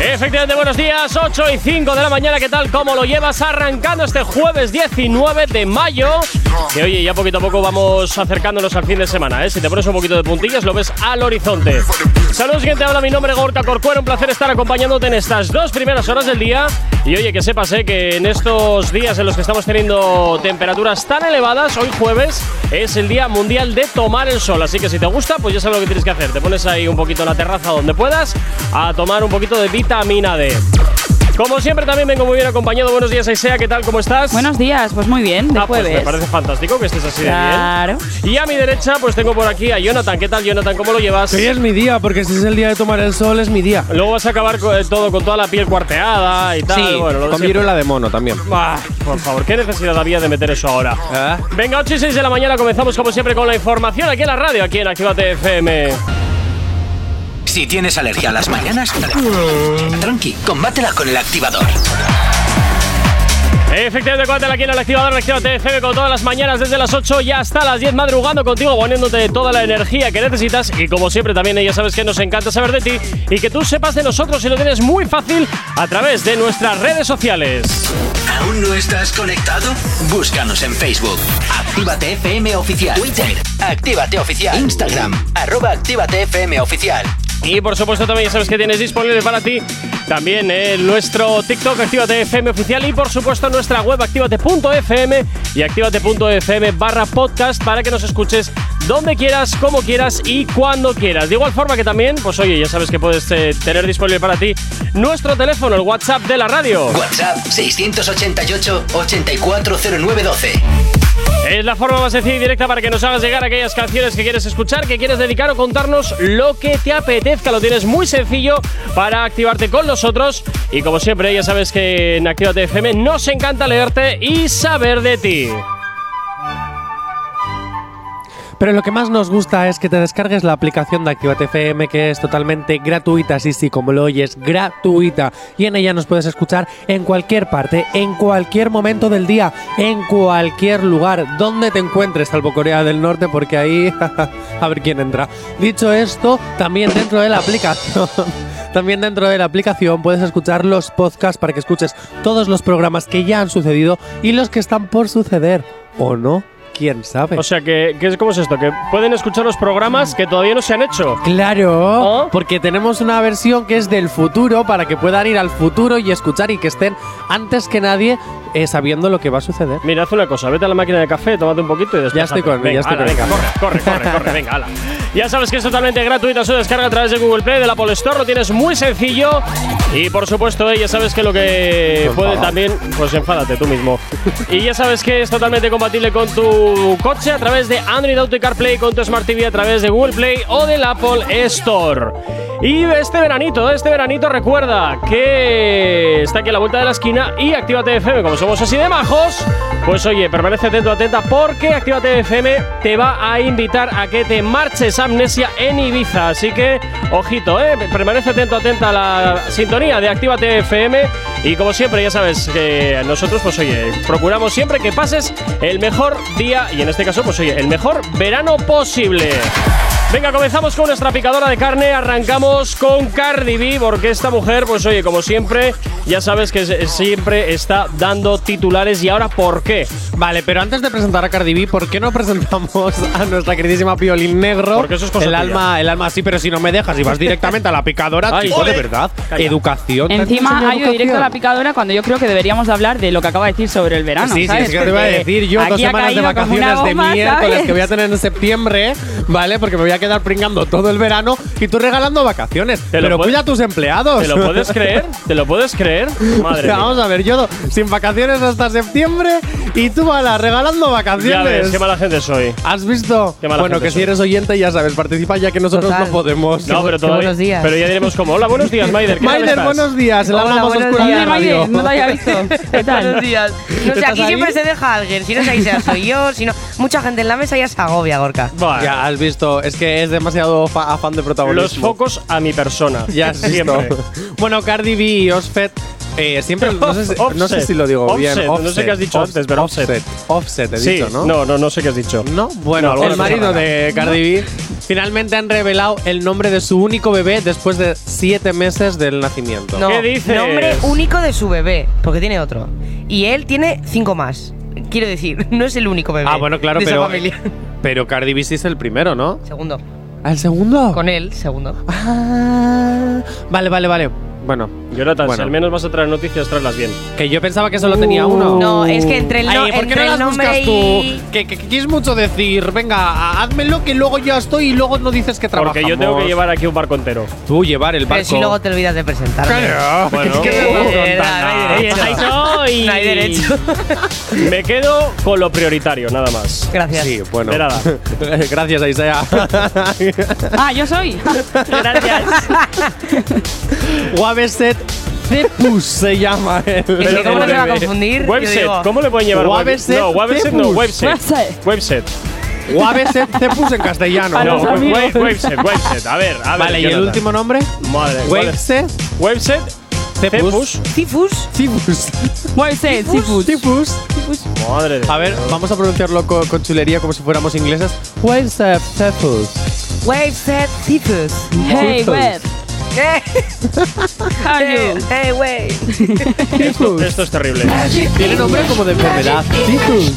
Efectivamente, buenos días, 8 y 5 de la mañana, ¿qué tal? ¿Cómo lo llevas arrancando este jueves 19 de mayo? Que oye, ya poquito a poco vamos acercándonos al fin de semana, ¿eh? Si te pones un poquito de puntillas, lo ves al horizonte. Saludos, quien te habla, mi nombre es Gorka Corcuera, un placer estar acompañándote en estas dos primeras horas del día. Y oye, que sepas, ¿eh? Que en estos días en los que estamos teniendo temperaturas tan elevadas, hoy jueves es el Día Mundial de Tomar el Sol, así que si te gusta, pues ya sabes lo que tienes que hacer, te pones ahí un poquito en la terraza donde puedas a tomar un poquito de vitamina D. Como siempre también vengo muy bien acompañado. Buenos días, Aisea, ¿qué tal? ¿Cómo estás? Buenos días, pues muy bien, de Ah, pues jueves. me parece fantástico que estés así Claro. de bien. Y a mi derecha, pues tengo por aquí a Jonathan. ¿Qué tal, Jonathan? ¿Cómo lo llevas? Hoy es mi día, porque si es el día de tomar el sol, es mi día. Luego vas a acabar co- eh, todo con toda la piel cuarteada y tal. Sí, bueno, lo de Con siempre. viruela de mono también. Ah, por favor, ¿qué necesidad había de meter eso ahora? Ah. Venga, 8 y 6 de la mañana comenzamos como siempre con la información aquí en la radio, aquí en Activate FM. Si tienes alergia a las mañanas, tranqui, combátela con El Activador. Efectivamente, cuéntale aquí en el activador, en Actívate FM, con todas las mañanas desde las 8 y hasta las 10 madrugando contigo, poniéndote toda la energía que necesitas. Y como siempre, también eh, ya sabes que nos encanta saber de ti y que tú sepas de nosotros y lo tienes muy fácil a través de nuestras redes sociales. ¿Aún no estás conectado? Búscanos en Facebook. Actívate FM Oficial. Twitter. Actívate Oficial. Instagram. Arroba Actívate FM Oficial. Y por supuesto, también ya sabes que tienes disponible para ti también eh, nuestro TikTok, Actívate FM oficial, y por supuesto nuestra web, activate.fm y activate.fm barra podcast para que nos escuches donde quieras, como quieras y cuando quieras. De igual forma que también, pues oye, ya sabes que puedes eh, tener disponible para ti nuestro teléfono, el WhatsApp de la radio. WhatsApp 688 840912. Es la forma más sencilla y directa para que nos hagas llegar aquellas canciones que quieres escuchar, que quieres dedicar o contarnos lo que te apetezca. Lo tienes muy sencillo para activarte con nosotros. Y como siempre, ya sabes que en Actívate FM nos encanta leerte y saber de ti. Pero lo que más nos gusta es que te descargues la aplicación de Activate FM, que es totalmente gratuita, sí, sí, como lo oyes, gratuita. Y en ella nos puedes escuchar en cualquier parte, en cualquier momento del día, en cualquier lugar, donde te encuentres, salvo Corea del Norte, porque ahí a ver quién entra. Dicho esto, también dentro de la aplicación. También dentro de la aplicación puedes escuchar los podcasts para que escuches todos los programas que ya han sucedido y los que están por suceder. ¿O no? ¿Quién sabe? O sea, que, que es- ¿cómo es esto? Que pueden escuchar los programas que todavía no se han hecho. Claro, ¿Oh? porque tenemos una versión que es del futuro para que puedan ir al futuro y escuchar y que estén antes que nadie eh, sabiendo lo que va a suceder. Mira, haz una cosa, vete a la máquina de café, tómate un poquito y después. estoy con- venga, ya estoy ala, con el venga, corre, corre, corre, corre, venga, ala. Ya sabes que es totalmente gratuita su descarga a través de Google Play, de la Apple Store, lo tienes muy sencillo. Y por supuesto, eh, ya sabes que lo que Eh, puede también. Pues enfádate tú mismo. y ya sabes que es totalmente compatible con tu coche a través de Android Auto y CarPlay, con tu Smart TV a través de Google Play o del Apple Store. Y este veranito, este veranito recuerda que está aquí a la vuelta de la esquina y Actívate FM, como somos así de majos, pues oye, permanece atento, atenta, porque Actívate FM te va a invitar a que te marches a Amnesia en Ibiza. Así que, ojito, eh, permanece atento, atenta a la sintonía de Actívate FM. Y como siempre, ya sabes que nosotros, pues oye, procuramos siempre que pases el mejor día y en este caso, pues oye, el mejor verano posible. Venga, comenzamos con nuestra picadora de carne. Arrancamos con Cardi B, porque esta mujer, pues oye, como siempre, ya sabes que se- siempre está dando titulares. ¿Y ahora por qué? Vale, pero antes de presentar a Cardi B, ¿por qué no presentamos a nuestra queridísima Piolín Negro? Porque eso es cosa el tuya. alma, el alma sí, pero si no me dejas y vas directamente a la picadora, Ay, chico, de joder. verdad. Calla. Educación. Encima ¿Te ha enseña ido directo a la educación? picadora cuando yo creo que deberíamos de hablar de lo que acaba de decir sobre el verano. Sí, sí, ¿sabes? es que te iba a Porque decir yo dos aquí ha semanas de caído como una vacaciones de bomba, miércoles ¿sabes? que voy a tener en septiembre, ¿vale? Porque me voy a quedar pringando todo el verano y tú regalando vacaciones. Te lo Pero puedes- cuida a tus empleados. ¿Te lo puedes creer? ¿Te lo puedes creer? O Madre sea, mía. vamos a ver, yo sin vacaciones hasta septiembre y tú balas regalando vacaciones. Ya ves, qué mala gente soy. ¿Has visto? Qué mala bueno, gente que si soy. eres oyente ya sabes, participa ya que nosotros Total. no podemos. No, pero qué todavía. buenos días. Pero ya diremos como, hola, buenos días, Maider. ¿qué tal Maider, estás?". buenos días, el alma Hola, más buenos oscura de días, la radio. Mayer, no te había visto. ¿Qué Buenos tal? días. No sé, ¿Estás aquí ahí? siempre se deja alguien. Si no es ahí, sea soy yo. Si no, mucha gente en la mesa ya se agobia, Gorka. Buah, Ya, has visto, es que es demasiado fa- afán de protagonismo. los focos a mi persona. Ya has visto. siempre. bueno, Cardi B y Osfet Eh, siempre, no sé, si- no sé Offset. si lo digo bien. Offset, no sé qué has dicho antes, pero offset. Offset, he sí, dicho, ¿no? no, no, no sé qué has dicho. No, bueno, No, alguna el cosa marido rara. de Cardi B finalmente han revelado el nombre de su único bebé después de siete meses del nacimiento. No, ¿Qué dices? Nombre único de su bebé, porque tiene otro. Y él tiene cinco más. Quiero decir, no es el único bebé. Ah, bueno, claro, de pero. Esa familia. Pero Cardi B sí es el primero, ¿no? Segundo. ¿Al segundo? Con él, segundo. Ah, vale, vale, vale. Bueno, Jonathan, Bueno. si al menos vas a traer noticias, tráelas bien. que yo pensaba que solo tenía uno. Uh. No, es que entre el, no, Ay, ¿por qué entre no el las buscas nombre tú? y. Que, que- que quieres mucho decir. Venga, ha- házmelo que luego yo estoy y luego no dices que trabajamos. Porque yo tengo que llevar aquí un barco entero. Tú llevar el Pero barco. si luego te olvidas de presentar. Claro. Bueno. Es que me vas Eh, contando. no hay derecho. Ahí soy. No hay derecho. Me quedo con lo prioritario, nada más. Gracias. Sí, bueno. De nada. Gracias, Aisea. Ah, yo soy. Gracias. Wabeset Cepus se llama él. Es que ¿Cómo no se va a confundir? Yo eh, Webset, digo, ¿cómo le pueden llevar? web- Waveset No, Waveset no, Cepus. Webset. Webset. Webset. Wabeset Cepus en castellano. A No, los we- amigos. we- Webset, Webset. A ver, a ver. Vale, ¿y el Jonathan. último nombre? Madre, ¿cuál es? Wabeset Webset. Cepus. Cepus. Tifus. Cepus. Webset, Seafood. Cepus. Madre de A ver, vamos a pronunciarlo co- con, chulería como si fuéramos ingleses. Wabeset Cepus. Waveset Tifus. Hey, Seafood. web. Eh, How are eh, you? eh, wey. Cepus. Esto es terrible. Tiene nombre como de enfermedad. Cepus.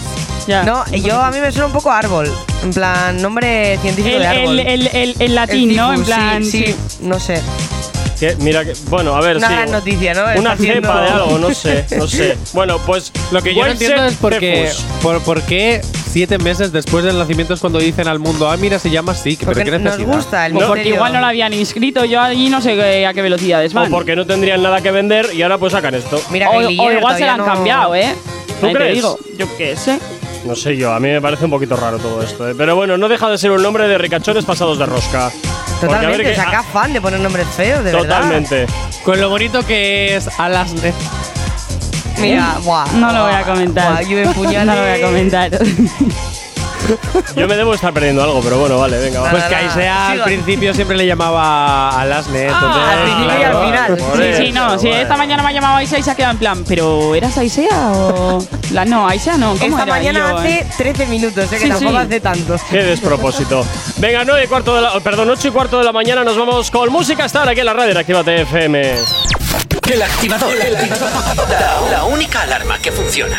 Ya. No, yo a mí me suena un poco árbol. En plan, nombre científico El, de el, árbol. el, el, el El latín, ¿no? tifus, En plan. Sí, sí, no sé. Que- mira que. Bueno, a ver, Una sí. gran noticia, ¿no? Una Está haciendo- cepa de algo, no sé, no sé. Bueno, pues. Lo que yo no Webset entiendo es por qué, Cepus. por, por qué siete meses después del nacimiento es cuando dicen al mundo, ah, mira, se llama así, que- pero qué Porque nos necesidad. gusta el O misterio. porque igual no la habían inscrito, yo allí no sé qué- a qué velocidades O van. porque no tendrían nada que vender y ahora pues sacan esto. Mira, O- Kylie o Jenner igual se la todavía han no- cambiado, ¿eh? ¿Tú Ahí te crees? digo. Yo qué sé. No sé yo, a mí me parece un poquito raro todo esto. ¿eh? Pero bueno, no deja de ser un nombre de ricachones pasados de rosca. Porque a ver Totalmente, qué- saca ah, fan de poner nombres feos, de verdad. Totalmente. Con lo bonito que es a las ¿Eh? ne- Mira, buah. No lo voy a Ah, buah, comentar. buah, yo me puñalé. No lo voy a comentar. Yo me debo estar perdiendo algo, pero bueno, vale, venga. Nada, Pues que Aisea nada, al sigo. principio siempre le llamaba a las ne, entonces, Ah, al principio y al claro. final. por Sí, eso, sí, no. Si vale. esta mañana me ha llamado Aisea y se ha quedado en plan, ¿pero eras Aisea o.? La, no, Aisea no. ¿Cómo Esta era mañana yo, hace eh? 13 minutos, sé que Sí, tampoco sí. hace tanto. Qué despropósito. Venga, 9 y cuarto de la, perdón, 8 y cuarto de la mañana nos vamos con música estar aquí en la radio en Actívate FM. El activador. El activador. La, la única alarma que funciona.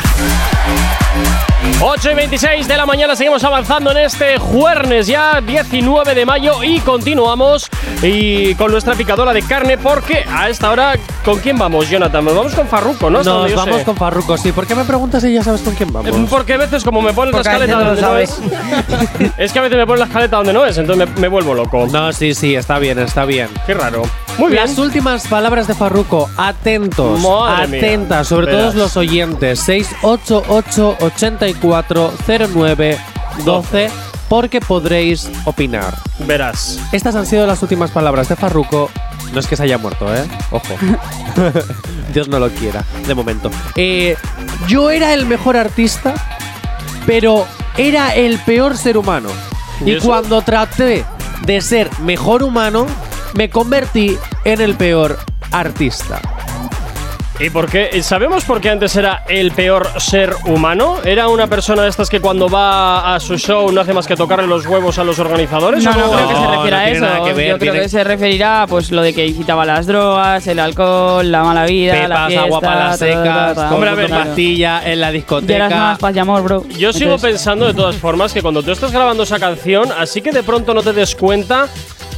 8 y 26 de la mañana seguimos avanzando en este jueves ya 19 de mayo y continuamos y con nuestra picadora de carne porque a esta hora ¿con quién vamos, Jonathan? Nos vamos con Farruco, ¿no? Hasta donde Nos yo vamos sé. con Farruko, sí. ¿Por qué me preguntas si ya sabes con quién vamos? Eh, Porque a veces como me ponen la Porque a veces escaleta no donde lo no es, es que a veces me ponen la escaleta donde no es, entonces me, me vuelvo loco. No, sí, sí, está bien, está bien. Qué raro. Muy bien. Las últimas palabras de Farruko, atentos, Madre mía. atentas, sobre Verás. todos los oyentes, 688 84 09 12 porque podréis opinar. Verás. Estas han sido las últimas palabras de Farruko. No es que se haya muerto, ¿eh? Ojo. Dios no lo quiera, de momento. Eh, yo era el mejor artista, pero era el peor ser humano. ¿Y Y eso? cuando traté de ser mejor humano, me convertí en el peor artista. ¿Y por qué? ¿Sabemos por qué antes era el peor ser humano? ¿Era una persona de estas que cuando va a su show no hace más que tocarle los huevos a los organizadores? No, ¿O no, cómo? creo que se No, refiera no a tiene eso. nada que ver, Yo creo tiene- que se referirá pues lo de que incitaba las drogas, el alcohol, la mala vida, la Pepas, fiesta, agua para las ta, ta, ta, secas, ta. hombre, a Hombre, ver, claro. pastilla en la Ya eras discoteca. más paz y amor, bro. Yo sigo Entonces- pensando de todas formas que cuando tú estás grabando esa canción, así que de pronto no te des cuenta.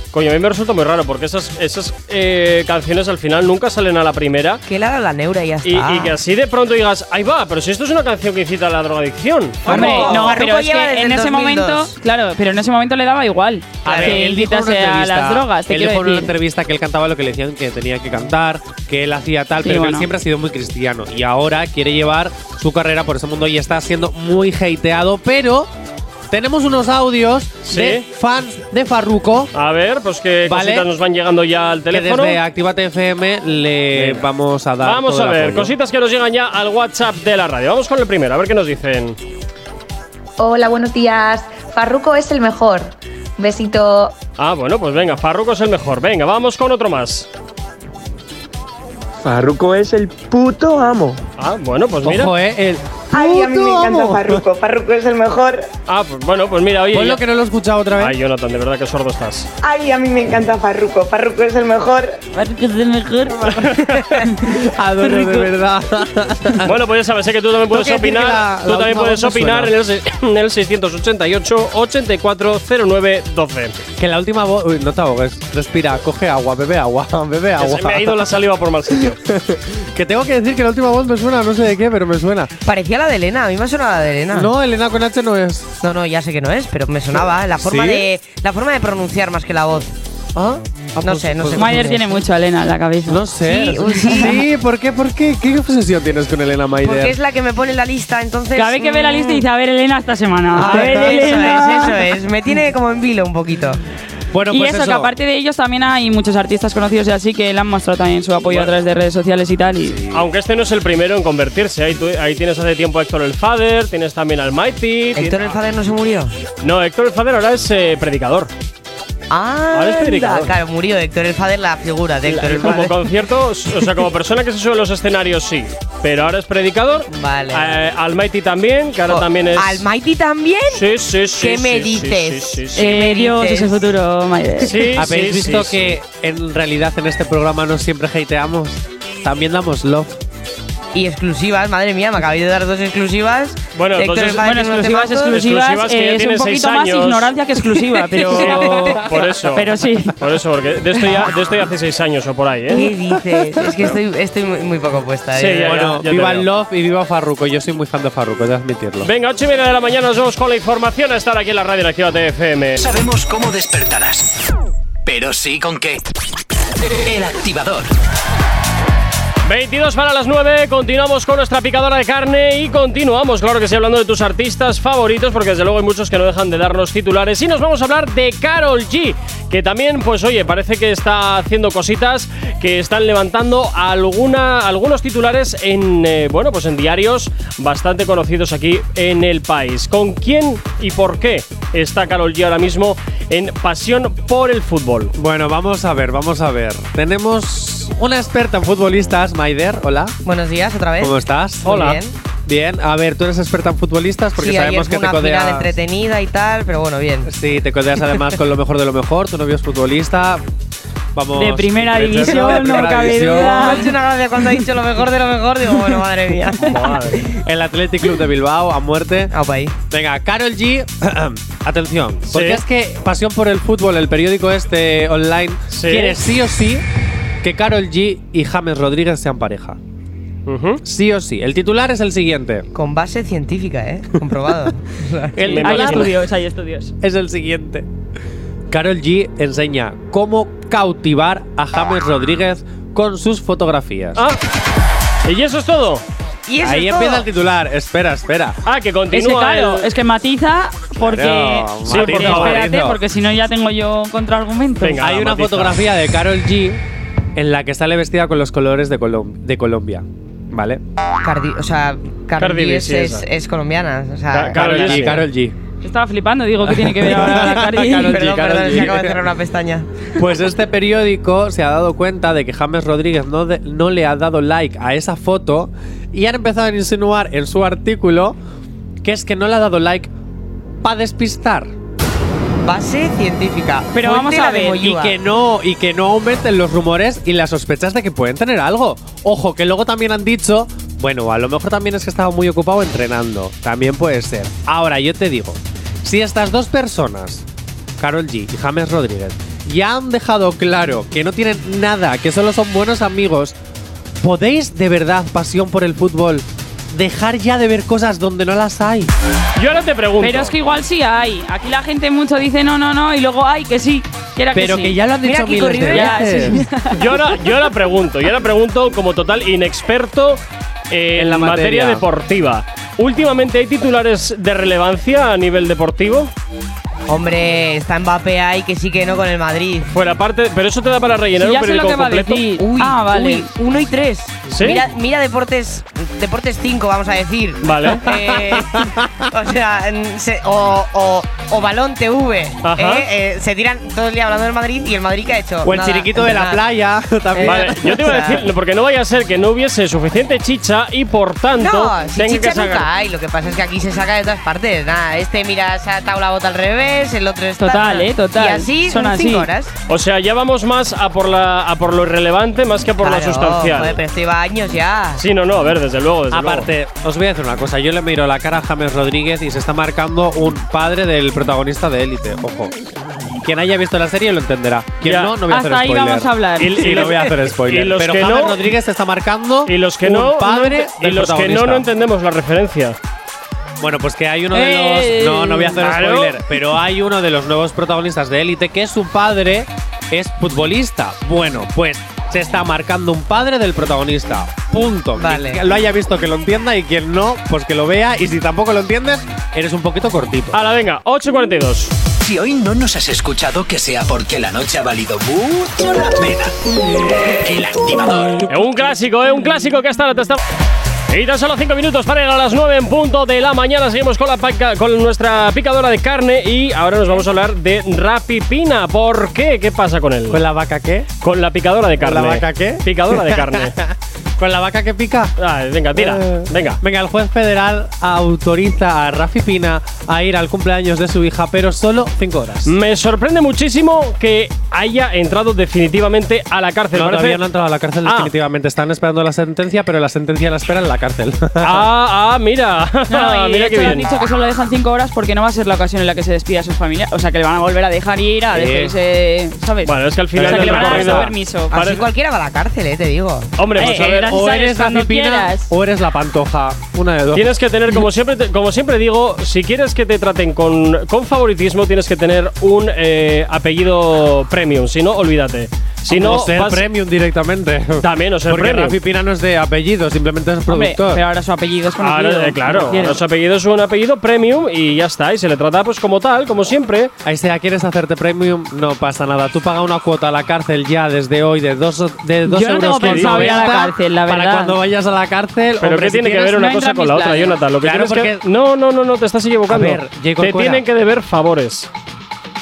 Coño, a mí me resulta muy raro porque esas, esas eh, canciones al final nunca salen a la primera. Que le ha dado la neura y ya está. Y, y que así de pronto digas, ahí va, pero si esto es una canción que incita a la drogadicción. Hombre, Farruko- no, Farruko pero es lleva que desde en el ese 2002. momento, claro, pero en ese momento le daba igual A ver, que él dijo en una incitase a entrevista, las drogas, te él quiero dijo en una decir. entrevista que él cantaba lo que le decían que tenía que cantar, que él hacía tal, Sí, pero que él bueno. siempre ha sido muy cristiano y ahora quiere llevar su carrera por ese mundo y está siendo muy hateado, pero tenemos unos audios Sí. de fans de Farruko A ver, pues que Vale. cositas nos van llegando ya al que teléfono. desde Activate FM le Venga. vamos a dar Vamos todo a el ver, apoyo. cositas que nos llegan ya al WhatsApp de la radio. Vamos con el primero, a ver qué nos dicen. Hola, buenos días. Farruco es el mejor. Besito. Ah, bueno, pues venga, Farruko es el mejor. Venga, vamos con otro más. Farruko es el puto amo. Ah, bueno, pues mira. Ojo, eh, el Ay, a mí me puto encanta amo. Farruco. Farruco es el mejor. Ah, pues bueno, pues mira, oye. Ponlo ya- que no lo he escuchado otra vez. Ay, Jonathan, de verdad que sordo estás. Ay, a mí me encanta Farruco. Farruco es el mejor. Es el mejor. Adoro, de verdad. Bueno, pues ya sabes, sé que tú también puedes Tengo que decir opinar. que la- tú la también última puedes voz no opinar en el, se- en el 688 8409 12. que la última voz. Uy, no te ahogues. Respira, coge agua, bebe agua, bebe Que agua. se me ha ido la saliva por mal sitio. que tengo que decir que la última voz me suena, no sé de qué, pero me suena. Parecía la de Elena, a mí me sonaba la de Elena. No, Elena con H no es. No, no, ya sé que no es, pero me sonaba la forma ¿Sí? de la forma de pronunciar más que la voz. ¿Ah? Ah, No pues- sé, no pues- sé. Mayer tiene mucho a Elena en la cabeza. No sé. Sí, uy, sí. Sí, ¿por qué? ¿Por qué? ¿Qué obsesión tienes con Elena Maider? Porque es la que me pone en la lista, entonces. Cada vez que ve la lista y dice, a ver, Elena, esta semana. A Ah, ver, eso Elena. es, eso es. Me tiene como en vilo un poquito. Bueno, y pues eso, que aparte de ellos también hay muchos artistas conocidos y así que le han mostrado también su apoyo a través de redes sociales y tal. Y Aunque este no es el primero en convertirse. Ahí, tú- ahí tienes hace tiempo a Héctor el Fader, tienes también al Mighty. ti- ¿Héctor el Fader no se murió? No, Héctor el Fader ahora es eh, predicador. Ahora es Ah, predicador. claro, murió Héctor el Fader, la figura de Héctor el Como Fader. concierto, o sea, como persona que se sube a los escenarios, sí. Pero ahora es predicador. Vale. Eh, al Mighty también, que ahora Oh, también es. ¿Almighty también? Sí, sí, sí. ¿Qué sí, me sí, dices? Sí, sí, sí. eh, me Dios es dices? el futuro, Mayer. Sí, Habéis sí, sí, visto sí. que en realidad en este programa no siempre hateamos, también damos love. Y exclusivas, madre mía, me acabéis de dar dos exclusivas. Bueno, Héctor entonces- el Fader Bueno, tiene exclusivas, unos temazos. exclusivas, Exclusivas que ya eh, es tienen un seis poquito más años. ignorancia que exclusiva, pero... Por eso. Pero sí. Por eso, porque de esto ya, de esto ya hace seis años o por ahí, ¿eh? ¿Qué dices? Es que estoy, estoy muy, muy poco puesta. Sí, eh. ya, Bueno, ya te viva veo. el love y viva Farruko. Yo soy muy fan de Farruko, he de admitirlo. Venga, ocho y media de la mañana nos vamos con la información a estar aquí en la radio en Actívate FM. Sabemos cómo despertarás. Pero sí con qué. El activador. 22 para las 9, continuamos con nuestra picadora de carne y continuamos, claro que sí, hablando de tus artistas favoritos, porque desde luego hay muchos que no dejan de darnos titulares. Y nos vamos a hablar de Carol G, que también, pues oye, parece que está haciendo cositas que están levantando alguna, algunos titulares en, eh, bueno, pues en diarios bastante conocidos aquí en el país. ¿Con quién y por qué está Carol G ahora mismo en Pasión por el Fútbol? Bueno, vamos a ver, vamos a ver. Tenemos una experta en futbolistas, Maider. Hola, Buenos días otra vez. ¿cómo estás? Muy bien. Bien, a ver, tú eres experta en futbolistas porque sí, ayer sabemos fue que te una final codeas. entretenida y tal, pero bueno, bien. Sí, te codeas además con lo mejor de lo mejor. Tu novio es futbolista. Vamos. De primera de división, no primera cabe división. duda. Me ha hecho una gracia cuando ha dicho lo mejor de lo mejor. Digo, bueno, madre mía. El Athletic Club de Bilbao a muerte. Au, pa' ahí. Venga, Carol G, atención, porque Sí. es que Pasión por el Fútbol, el periódico este online, Sí. quiere sí o sí que Carol G y James Rodríguez sean pareja. Ujú. Sí o sí. El titular es el siguiente. Con base científica, ¿eh? Comprobado. El Me Hay titular imagino. estudios, hay estudios. es el siguiente. Carol G enseña cómo cautivar a James Rodríguez con sus fotografías. Ah, y eso es todo. y eso Ahí es todo. empieza el titular. Espera, espera. Ah, que Es que continúa. claro, el- es que matiza porque. Claro, Sí, por porque- favor. espérate, Matizo. porque si no ya tengo yo contraargumento. Venga. Hay una matiza. fotografía de Carol G en la que sale vestida con los colores de, Colom- de Colombia. ¿Vale? Cardi- o sea, Cardi Cardi B, B es, sí, es- esa. es colombiana. O Ca- sea, Karol Carol G. G. Carol G. Estaba flipando, digo, que tiene que ver ahora la Cardi? Karol G, perdón, Karol perdón, es que G. acabo de cerrar una pestaña. Pues este periódico se ha dado cuenta de que James Rodríguez no, de- no le ha dado like a esa foto y han empezado a insinuar en su artículo que es que no le ha dado like para despistar. Base científica. Pero vamos Fuente a la de ver, y Y Moyúa. que no, y que no aumenten los rumores y las sospechas de que pueden tener algo. Ojo, que luego también han dicho, bueno, a lo mejor también es que estaba muy ocupado entrenando. También puede ser. Ahora, yo te digo, si estas dos personas, Carol G y James Rodríguez, ya han dejado claro que no tienen nada, que solo son buenos amigos, ¿podéis de verdad, pasión por el fútbol, dejar ya de ver cosas donde no las hay? Yo ahora te pregunto. Pero es que igual sí hay. Aquí la gente mucho dice no, no, no, y luego ay, que sí, que era Pero que, que sí. ya lo han Mira, dicho Kiko miles de Rivera, veces. sí. Yo ahora, yo ahora pregunto, yo ahora pregunto como total inexperto eh, en, En la la materia. materia. deportiva. Últimamente hay titulares de relevancia a nivel deportivo, Hombre, está Mbappé ahí que sí que no con el Madrid. fuera parte, pero eso te da para rellenar Si ya un sé lo periódico que va a completo. decir. Ah, vale. Uy, uno y tres. ¿Sí? Mira, mira deportes, deportes 5, vamos a decir. Vale. Eh, o sea, en- se- o, o o Balón TV. Ajá. ¿eh? Eh, se tiran todo el día hablando del Madrid y el Madrid que ha hecho. O el Nada, chiriquito de la entrenar. Eh, playa también. Vale, yo te iba a decir, porque no vaya a ser que no hubiese suficiente chicha y por tanto No, si tenga chicha que sacar. nunca hay. Lo que pasa es que aquí se saca de todas partes. Nada, este mira, se ha atado la bota al revés, el otro está. Total, ¿eh? Total. Y así Son son así. cinco horas. O sea, ya vamos más a por la a por lo irrelevante más que a por Claro, la sustancial. joder, pero esto lleva años ya. Sí, no, no, a ver, desde luego, desde luego. Aparte, os voy a decir una cosa. Yo le miro la cara a James Rodríguez y se está marcando un padre del protagonista de Élite. Ojo. Quien haya visto la serie lo entenderá. Quien Ya. no, no voy a hacer Hasta ahí spoiler. vamos a hablar. Y- Sí, y- no voy a hacer spoiler. y los Pero que James no- Rodríguez se está marcando Y los que un no, no padre ent- del y los que no protagonista. no entendemos la referencia. Bueno, pues que hay uno de los. ¡Ey! No, no voy a hacer Claro. spoiler, pero hay uno de los nuevos protagonistas de Élite que su padre es futbolista. Bueno, pues se está marcando un padre del protagonista. Punto. Vale. Quien lo haya visto que lo entienda y quien no, pues que lo vea. Y si tampoco lo entiendes, eres un poquito cortito. Ahora, venga, 8.42. Si hoy no nos has escuchado, que sea porque la noche ha valido mucho la pena. El activador. Es Eh, un clásico, es un clásico que hasta ahora te está. Y tan solo 5 minutos para llegar a las 9 en punto de la mañana. Seguimos con, la paca- con nuestra picadora de carne y ahora nos vamos a hablar de Rapipina. ¿Por qué? ¿Qué pasa con él? ¿Con la vaca qué? Con la picadora de ¿Con carne. la vaca qué? Picadora de carne. ¿Con la vaca que pica? Dale, Ah, venga, tira. Eh, Venga. Venga, el juez federal autoriza a Rafi Pina a ir al cumpleaños de su hija, pero solo cinco horas. Me sorprende muchísimo que haya entrado definitivamente a la cárcel. No, Parece- todavía no han entrado a la cárcel Ah. definitivamente. Están esperando la sentencia, pero la sentencia la esperan en la cárcel. Ah, ah, mira. No, y de mira qué hecho han bien. dicho que solo dejan cinco horas porque no va a ser la ocasión en la que se despida a sus familias. O sea, que le van a volver a dejar ir, a despedirse, ¿sabes? Bueno, es que al o final sea, del que le van a dar recorrido- su permiso. Así Parece- cualquiera va a la cárcel, eh, te digo. Hombre, Eh, pues a eh, ver. gracias o a Dios eres cuando Rafi Pina quieras. o eres la pantoja. Una de dos. Tienes que tener, como siempre, te- como siempre digo, si quieres que te traten con, con favoritismo, tienes que tener un eh, apellido premium. Si no, olvídate. Si no, o ser vas- premium directamente. También, o ser Porque premium. Rafi Pina no es de apellido, simplemente es Hombre, productor. pero ahora su apellido es conocido. Ahora, eh, me claro, refiero. los apellidos es un apellido premium y ya está, y se le trata pues como tal, como siempre. Ahí sea, Este, ¿quieres hacerte premium? No pasa nada. Tú paga una cuota a la cárcel ya desde hoy de dos, de dos Yo no tengo euros con pensado ir a la 90, cárcel, la Para verdad. cuando vayas a la cárcel. Pero hombre, ¿qué si tiene que tienes- ver una no cosa entra en con mis la otra, planes. Jonathan? Lo que Claro, tienes que- porque- No, no, no, no, te estás equivocando. A ver, Jacob te Cora. tienen que deber favores.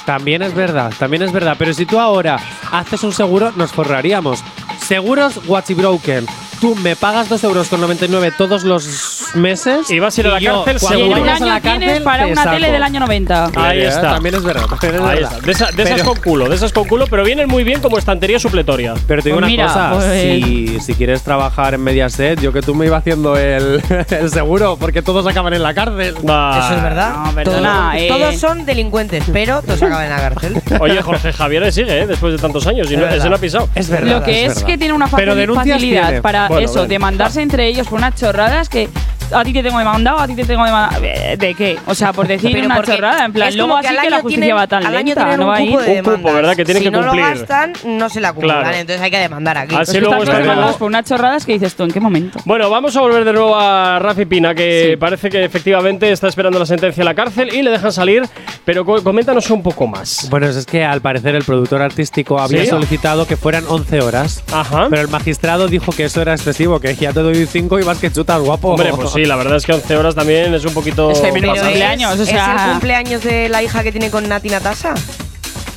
También es verdad, también es verdad. Pero si tú ahora haces un seguro, nos forraríamos. Seguros Broken. Tú me pagas 2,99 euros todos los meses. Y vas a ir a la yo, cárcel cuando Y en seguro. un vayas a año la tienes cárcel, para te una saco. tele del año 90. Ahí ¿eh? está. También es verdad. también es Ahí verdad. está. De, esa- de esas Pero- con culo, de esas con culo, pero vienen muy bien como estantería supletoria. Pero te digo una Pues mira, cosa, pues- si, si quieres trabajar en Mediaset, yo que tú me iba haciendo el, el seguro, porque todos acaban en la cárcel. Va. Eso es verdad. no, Ah. perdona, todos, eh. todos son delincuentes, pero todos acaban en la cárcel. Oye, Jorge Javier sigue, ¿eh? después de tantos años, y no, verdad. ese no ha pisado. Es verdad. Lo que es, verdad. que tiene una Pero facil- denuncias facilidad tiene. para Bueno, eso, bueno. demandarse entre ellos por unas chorradas que a ti te tengo demandado, a ti te tengo demandado. ¿De qué? O sea, por decir Pero una porque chorrada, en plan, es luego como así al que año la justicia tienen- va ¿eh? tan al año lenta, tienen no un va a ir. cupo de Un cupo, demandas. ¿verdad? Que tienen si que cumplir. no lo gastan, no se la cumplan. Claro. Entonces hay que demandar aquí. Así Pues luego están todos estaremos- demandados por unas chorradas que dices tú, ¿en qué momento? Bueno, vamos a volver de nuevo a Rafi Pina, que Sí. parece que efectivamente está esperando la sentencia a la cárcel y le dejan salir, pero co- coméntanos un poco más. Bueno, es que al parecer el productor artístico había ¿Sí? solicitado que fueran 11 horas. Ajá. Pero el magistrado dijo que eso era excesivo, que ya te doy 5 y vas que chutas, guapo. Hombre, pues sí, la verdad es que 11 horas también es un poquito... Es que menos Pero pasado. es- cumpleaños, o sea- ¿Es el cumpleaños de la hija que tiene con Nati Natasa?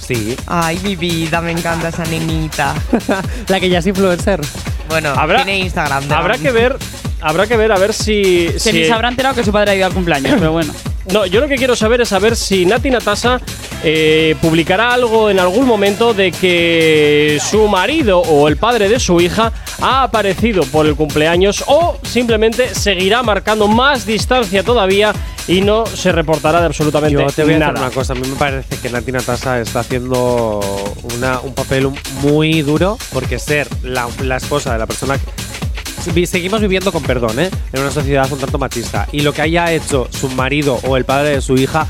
Sí. Ay, mi vida, me encanta esa nenita. la que ya es influencer. Bueno, Habrá- tiene Instagram. pero- Habrá que ver, habrá que ver a ver si... Que si- ni se habrá enterado que su padre ha ido al cumpleaños, pero bueno. No, yo lo que quiero saber es saber si Nati Natasa eh, publicará algo en algún momento de que su marido o el padre de su hija ha aparecido por el cumpleaños o simplemente seguirá marcando más distancia todavía y no se reportará de absolutamente Yo te voy a nada. decir una cosa. A mí me parece que Natina Tasa está haciendo una- un papel un- muy duro porque ser la, la esposa de la persona. que- vi- Seguimos viviendo con perdón, ¿eh? En una sociedad un tanto machista. Y lo que haya hecho su marido o el padre de su hija,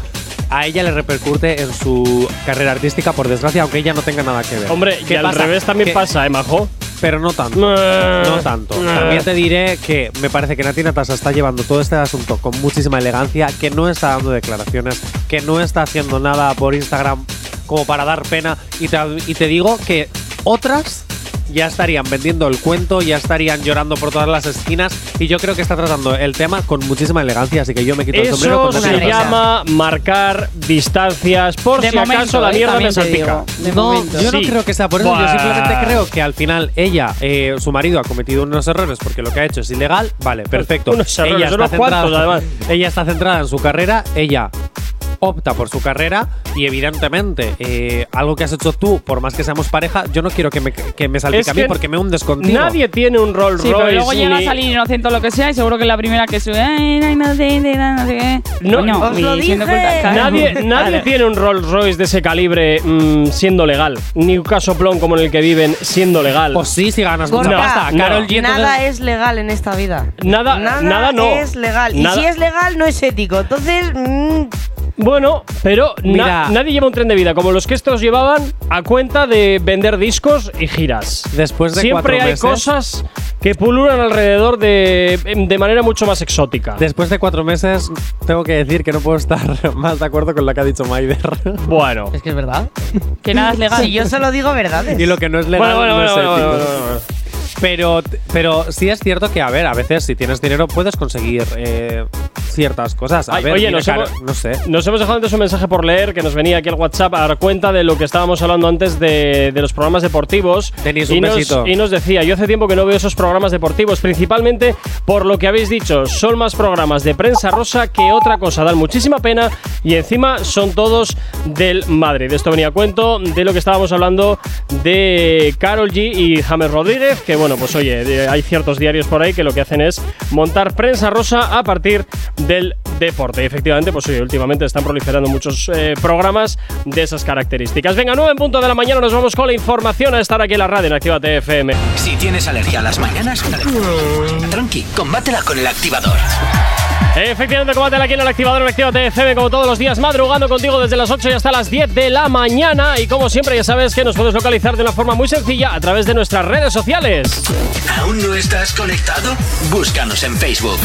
a ella le repercute en su carrera artística, por desgracia, aunque ella no tenga nada que ver. Hombre, y ¿Qué al pasa? revés también Que- pasa, ¿eh, Majo? Pero no tanto. No tanto. También te diré que me parece que Nati Natasa está llevando todo este asunto con muchísima elegancia, que no está dando declaraciones, que no está haciendo nada por Instagram como para dar pena. Y te, y te digo que otras ya estarían vendiendo el cuento, ya estarían llorando por todas las esquinas. Y yo creo que está tratando el tema con muchísima elegancia, así que yo me quito el sombrero Eso con se ese risa. llama marcar distancias. Por De si acaso momento, la eh, mierda también me te salpica. digo. De no, momento. yo no Sí. creo que sea por eso. Yo Buah. simplemente creo que al final ella, eh, su marido ha cometido unos errores porque lo que ha hecho es ilegal. Vale, perfecto. Unos errores, ella unos cuantos, además. Ella está centrada en su carrera, ella opta por su carrera y evidentemente eh, algo que has hecho tú, por más que seamos pareja, yo no quiero que me, que me salpique Es a mí que porque me hundes contigo. Nadie tiene un Rolls Sí, pero Royce. luego llega a ni- salir inocente o lo que sea y seguro que la primera que sube, ay, no, inocente, no, no sé qué. No, Coño, os lo y siendo dije. culpa- claro. Nadie, nadie Claro. tiene un Rolls Royce de ese calibre mm, siendo legal. Ni un casoplón como en el que viven siendo legal. Pues sí, si ganas Gorka, mucha pasta. no. Carol G, entonces- Nada es legal en esta vida. Nada- nada no. es legal. Nada- Y si es legal, no es ético. Entonces, mm, Bueno, pero na- Mira. nadie lleva un tren de vida como los que estos llevaban a cuenta de vender discos y giras. Después de Siempre cuatro hay meses. cosas que pululan alrededor de, de manera mucho más exótica. Después de cuatro meses, tengo que decir que no puedo estar más de acuerdo con lo que ha dicho Maider. bueno. es que es verdad. Que nada es legal. Si yo solo digo verdades. y lo que no es legal Bueno, bueno, no es bueno, bueno, ético. bueno, bueno, bueno. Pero, pero sí es cierto que, a ver, a veces si tienes dinero puedes conseguir eh, ciertas cosas. A Ay, ver, oye, mira, nos Karen, hemos- no sé. Nos hemos dejado antes un mensaje por leer que nos venía aquí al WhatsApp a dar cuenta de lo que estábamos hablando antes de, de los programas deportivos. Denis, y un nos, besito. Y nos decía, yo hace tiempo que no veo esos programas deportivos, principalmente por lo que habéis dicho, son más programas de prensa rosa que otra cosa, dan muchísima pena y encima son todos del Madrid. Esto venía a cuento de lo que estábamos hablando de Carol G y James Rodríguez, que bueno, pues oye, de- hay ciertos diarios por ahí que lo que hacen es montar prensa rosa a partir del deporte. Y efectivamente, pues oye, últimamente están proliferando muchos eh, programas de esas características. Venga, 9 en punto de la mañana, nos vamos con la información a estar aquí en la radio en Activa TFM. Si tienes alergia a las mañanas, tranqui, combátela con el activador. Efectivamente, combate aquí en el activador en Activa TFM, como todos los días, madrugando contigo desde las 8 y hasta las 10 de la mañana. Y como siempre, ya sabes que nos puedes localizar de una forma muy sencilla a través de nuestras redes sociales. ¿Aún no estás conectado? Búscanos en Facebook.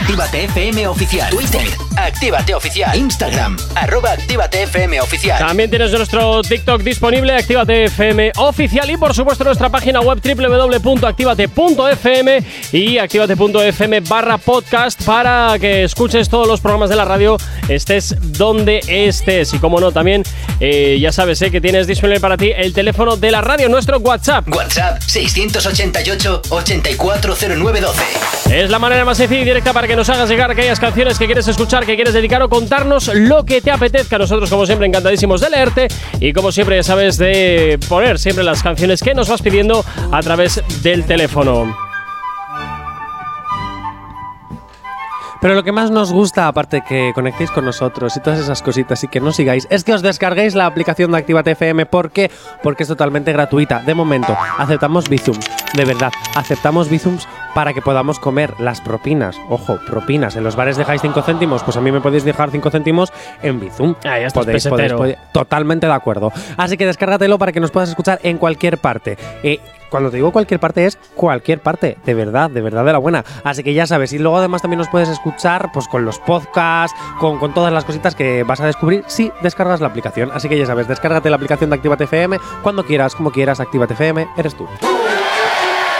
Actívate FM Oficial. Twitter. Actívate Oficial. Instagram. Arroba Actívate FM Oficial. También tienes nuestro TikTok disponible, Actívate FM oficial y por supuesto nuestra página web www.activate.fm y activate.fm barra podcast para que escuches todos los programas de la radio, estés donde estés. Y como no, también eh, ya sabes eh, que tienes disponible para ti el teléfono de la radio, nuestro WhatsApp. WhatsApp 688 840912. Es la manera más sencilla y directa para que nos hagas llegar aquellas canciones que quieres escuchar, que quieres dedicar o contarnos lo que te apetezca. Nosotros, como siempre, encantadísimos de leerte y, como siempre, ya sabes de poner siempre las canciones que nos vas pidiendo a través del teléfono. Pero lo que más nos gusta, aparte que conectéis con nosotros y todas esas cositas y que nos sigáis, es que os descarguéis la aplicación de Actívate FM. ¿Por qué? Porque es totalmente gratuita. De momento, aceptamos Bizum. De verdad, aceptamos Bizums para que podamos comer las propinas. Ojo, propinas. En los bares dejáis 5 céntimos. Pues a mí me podéis dejar 5 céntimos en Bizum. Ah, ya estás pesetero. Totalmente de acuerdo. Así que descárgatelo para que nos puedas escuchar en cualquier parte. Eh, cuando te digo cualquier parte es cualquier parte, de verdad, de verdad de la buena. Así que ya sabes, y luego además también nos puedes escuchar pues con los podcasts, con, con todas las cositas que vas a descubrir si descargas la aplicación. Así que ya sabes, descárgate la aplicación de Actívate FM cuando quieras, como quieras, Actívate FM, eres tú.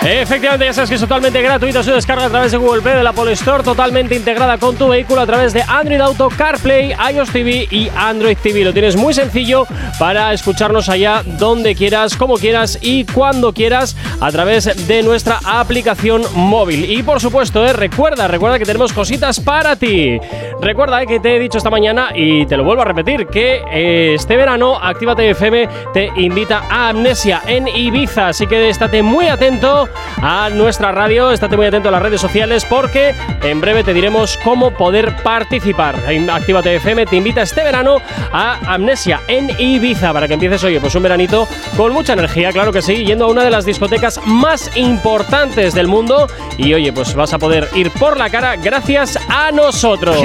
Efectivamente, ya sabes que es totalmente gratuita su descarga a través de Google Play de la Apple Store, totalmente integrada con tu vehículo a través de Android Auto, CarPlay, iOS TV y Android TV. Lo tienes muy sencillo para escucharnos allá donde quieras, como quieras y cuando quieras a través de nuestra aplicación móvil. Y por supuesto, eh, recuerda, recuerda que tenemos cositas para ti. Recuerda eh, que te he dicho esta mañana y te lo vuelvo a repetir, que eh, este verano Actívate FM te invita a Amnesia en Ibiza, así que estate muy atento a nuestra radio, estate muy atento a las redes sociales porque en breve te diremos cómo poder participar. En Actívate FM te invita este verano a Amnesia en Ibiza para que empieces, oye, pues un veranito con mucha energía, claro que sí, yendo a una de las discotecas más importantes del mundo y oye, pues vas a poder ir por la cara gracias a nosotros.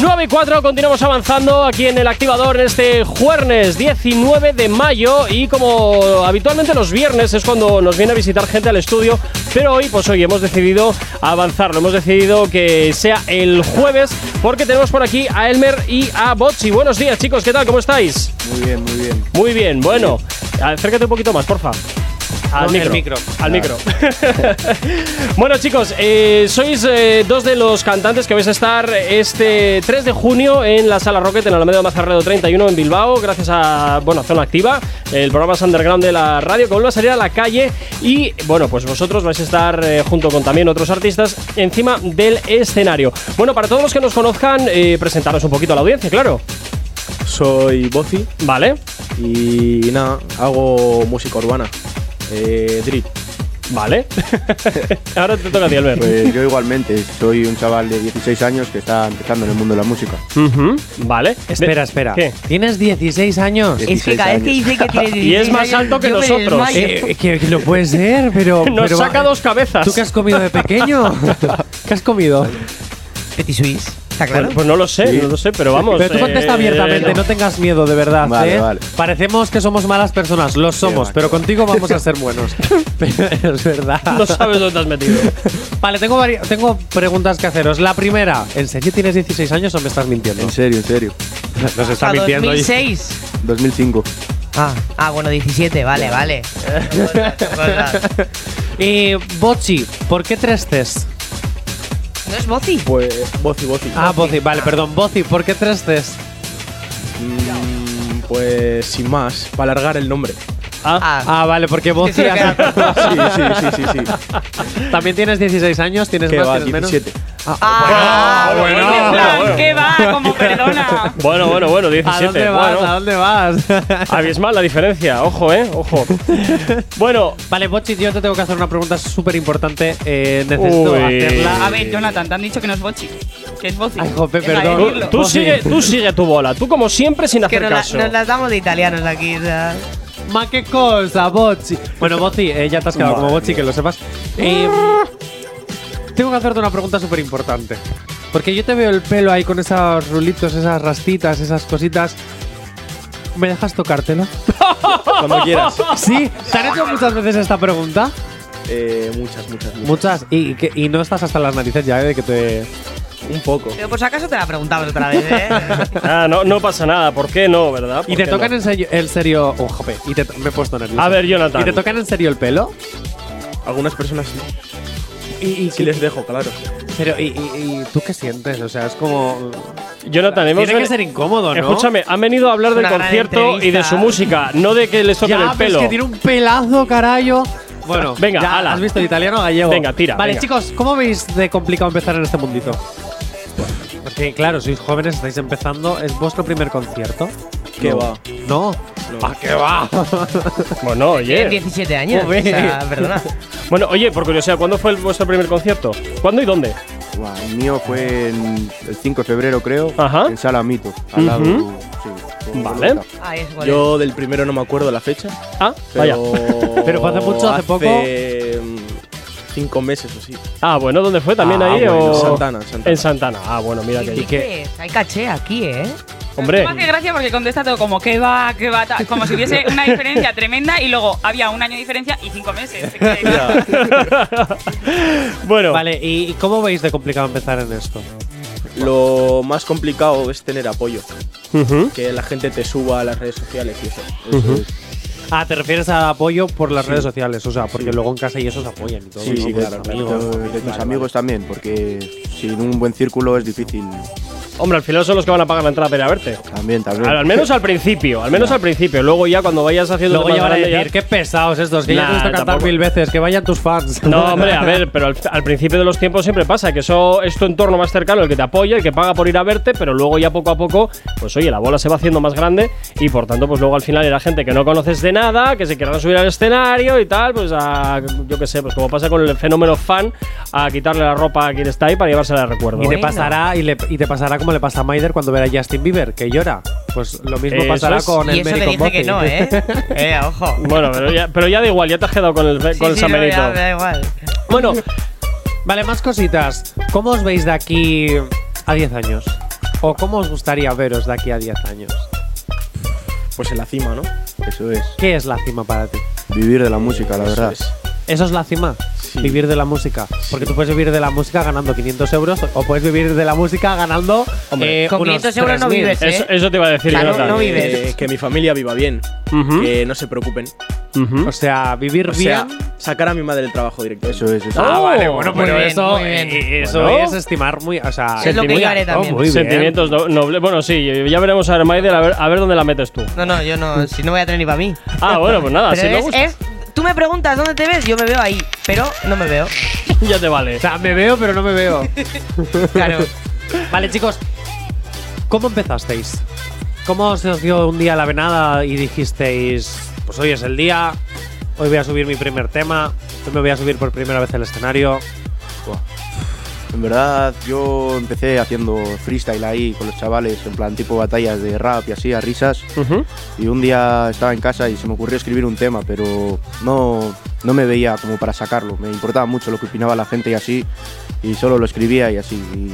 9 y 4, continuamos avanzando aquí en el activador en este jueves 19 de mayo y como habitualmente los viernes es cuando nos viene a visitar gente al estudio, pero hoy pues hoy hemos decidido avanzarlo, hemos decidido que sea el jueves porque tenemos por aquí a Elmer y a Botsi. Buenos días chicos, ¿qué tal? ¿Cómo estáis? Muy bien, muy bien. Muy bien, bueno, acércate un poquito más, porfa. Al No, micro. el micro. Al micro. bueno, chicos, eh, sois eh, dos de los cantantes que vais a estar este 3 de junio en la Sala Rocket en Alameda de Mazarredo 31 en Bilbao, gracias a, bueno, a Zona Activa, el programa es underground de la radio que vuelve a salir a la calle y, bueno, pues vosotros vais a estar eh, junto con también otros artistas encima del escenario. Bueno, para todos los que nos conozcan, eh, presentaros un poquito a la audiencia, claro. Soy Bozi Vale, y nada, hago música urbana. Eh, drip. vale. Ahora te toca a ti, Albert. Pues yo igualmente, soy un chaval de 16 años que está empezando en el mundo de la música. Ujú, Vale. Espera, espera. ¿Qué? ¿Tienes 16 años? Sí. Es que 16 cada vez que años. dice que tiene 16 Y es más años, alto que yo me nosotros. desmayo. Eh, eh, que, que lo puede ser, pero. Nos Oh, pero- saca dos cabezas. ¿Tú qué has comido de pequeño? ¿Qué has comido? Petit Suisse, Ah, está claro. Pues, pues no lo sé, Sí. no lo sé, pero vamos. Pero tú contesta eh, abiertamente, no tengas miedo, de verdad. Vale, ¿eh? vale. Parecemos que somos malas personas, lo somos, va, pero qué va. contigo vamos a ser buenos. Pero es verdad. no sabes dónde te has metido. Vale, tengo, vari- tengo preguntas que haceros. La primera, ¿en serio tienes 16 años o me estás mintiendo? En serio, en serio. Nos está Hasta mintiendo. 2006. 2005. Ah, ah, bueno, 17, vale, vale. Eh, Bochi, ¿por qué tres Cs? ¿No es Bozi? Pues Bozi, Bozi. Ah, Boci, vale, perdón. Boci, ¿por qué tres Cs? Mm, pues sin más, para alargar el nombre. Ah, Ah, vale, porque Boci se me queda Sí, sí, sí, sí, sí. también tienes 16 años, tienes Que más, va, tienes 17. Ah, bueno, Oye, bueno, Fran, bueno. ¿Qué va? Como perdona. Bueno, bueno, bueno, menos. ¿A 17. dónde vas? ¿A bueno, dónde vas? abismal la diferencia, ojo, eh, ojo. bueno, Vale, Bochi, yo te tengo que hacer una pregunta súper importante. Eh, necesito Uy. hacerla. A ver, Jonathan, te han dicho que no es Bochi. Que es Bochi. Ay, jope, Venga, perdón. tú, decirlo. tú Boci. sigue, tú sigue tu bola, tú como siempre sin que hacer nos, la- caso. nos las damos de italianos aquí. o sea. Ma, qué cosa, Bochi. Bueno, Bochi, eh, ya te has quedado como Madre Bochi, que lo sepas. Eh, tengo que hacerte una pregunta súper importante. Porque yo te veo el pelo ahí con esos rulitos, esas rastitas, esas cositas. ¿Me dejas tocártelo? Cuando quieras. Sí, ¿te han hecho muchas veces esta pregunta? Eh, muchas, muchas, muchas. Muchas. Y, que- y no estás hasta las narices ya eh, de que te. Un poco. Pero por si acaso te la preguntamos otra vez, ¿eh? Ah, no, no pasa nada, ¿por qué no, verdad? Y ¿Por te qué tocan no? en serio. En serio oh, jope, y te, me he puesto nervioso. A ver, Jonathan. ¿Y te tocan en serio el pelo? Algunas personas sí. ¿Y, y Sí les dejo, claro. Pero, y, y- y tú qué sientes? O sea, es como. Jonathan, hemos Tiene que ven- ser incómodo, ¿no? Escúchame, han venido a hablar del Una gran concierto y de su entrevista. música, no de que les toquen Ya, el pero pelo. es que tiene un pelazo, carayo. Bueno, Venga, ya ala. has visto italiano gallego. Venga, tira, Vale, venga. chicos, ¿cómo veis de complicado empezar en este mundito? Porque, Pues claro, sois jóvenes, estáis empezando, es vuestro primer concierto. Qué va. No. ¿A qué va? Bueno, Tienes oye. 17 años. O sea, perdona. Bueno, oye, por curiosidad, ¿cuándo fue el- vuestro primer concierto? ¿Cuándo y dónde? Buah, el mío fue en el 5 de febrero, creo, Ajá. en Sala Mito, al lado. Ujú. sí, con- Vale. Ah, es igual. Yo del primero no me acuerdo la fecha, Ah, vaya. pero. Pero fue hace mucho, hace poco. hace, mm, Cinco meses o sí. Ah, bueno, ¿dónde fue? ¿También Ah, ahí? bueno, o... Santana, Santana. En Santana. Ah, bueno, mira que. ¿Qué dices? Hay caché aquí, ¿eh? Hombre, Más que gracia porque contesta todo como que va, que va, tal, como si hubiese una diferencia tremenda y luego había un año de diferencia y cinco meses. bueno, Vale, ¿y y cómo veis de complicado empezar en esto? Lo más complicado es tener apoyo. ujú, Que la gente te suba a las redes sociales y eso. Ah, te refieres a apoyo por las redes sociales, o sea, porque luego en casa y eso se apoyan y todo. Sí, ¿no? sí, Con los claro. amigos, claro. con- Yo- vale, Mis vale. amigos también, porque sin un buen círculo es difícil. hombre, al final son los que van a pagar la entrada para ir a verte. También, también. Al, al menos al principio, al menos al principio. Luego ya cuando vayas haciendo. Luego más ya van a grande, ya- decir, qué pesados estos, que ya Nah, te he visto cantar tampoco. mil veces, que vayan tus fans. No, hombre, a ver, pero al, al principio de los tiempos siempre pasa que eso es tu entorno más cercano, el que te apoya, el que paga por ir a verte, pero luego ya poco a poco, pues oye, la bola se va haciendo más grande y por tanto, pues luego al final era gente que no conoces de nada, que se querrán subir al escenario y tal, pues a, yo qué sé, pues como pasa con el fenómeno fan, a quitarle la ropa a quien está ahí para llevársela de recuerdo. Y te Bueno. pasará y, le- y te pasará como le pasa a Maider cuando verá a Justin Bieber, que llora. Pues lo mismo Eso pasará es. con el Y eso le médico dije que no, ¿eh? Eh, ojo. Bueno, pero ya, pero ya da igual, ya te has quedado con el, con Sí, el sí, no, San ya, Benito. me da igual. Bueno, Vale, más cositas. ¿Cómo os veis de aquí a 10 años? ¿O cómo os gustaría veros de aquí a 10 años? Pues en la cima, ¿no? Eso es. ¿Qué es la cima para ti? Vivir de la música, la Eso verdad. es. ¿Eso es la cima? vivir de la música. Porque tú puedes vivir de la música ganando 500 euros o puedes vivir de la música ganando. eh, unos 3.000. Eso, eso te iba a decir, Jonathan. Eh, que mi familia viva bien. Que no se preocupen. O sea, vivir O sea, bien. sacar a mi madre del trabajo directo. Eso es, eso Ah, es. vale, Oh, bueno, Muy pero bien, eso, muy bien. eh, eso Bueno. es estimar muy. O sea, Ah, Sentimiento- Oh, muy bien. Sentimientos no- nobles. Bueno, sí, ya veremos a Hermaidel a ver, a ver dónde la metes tú. No, no, yo no, si no voy a tener ni para mí. Ah, bueno, pues nada, Pero si me es- gusta. es- tú me preguntas dónde te ves, yo me veo ahí, pero no me veo. ya te vale. O sea, me veo, pero no me veo. claro. Vale, chicos. ¿Cómo empezasteis? ¿Cómo se os dio un día la venada y dijisteis, pues hoy es el día, hoy voy a subir mi primer tema, hoy me voy a subir por primera vez al escenario? En verdad, yo empecé haciendo freestyle ahí con los chavales, en plan tipo batallas de rap y así, a risas. Y un día estaba en casa y se me ocurrió escribir un tema, pero no, no me veía como para sacarlo. Me importaba mucho lo que opinaba la gente y así, y solo lo escribía y así. Y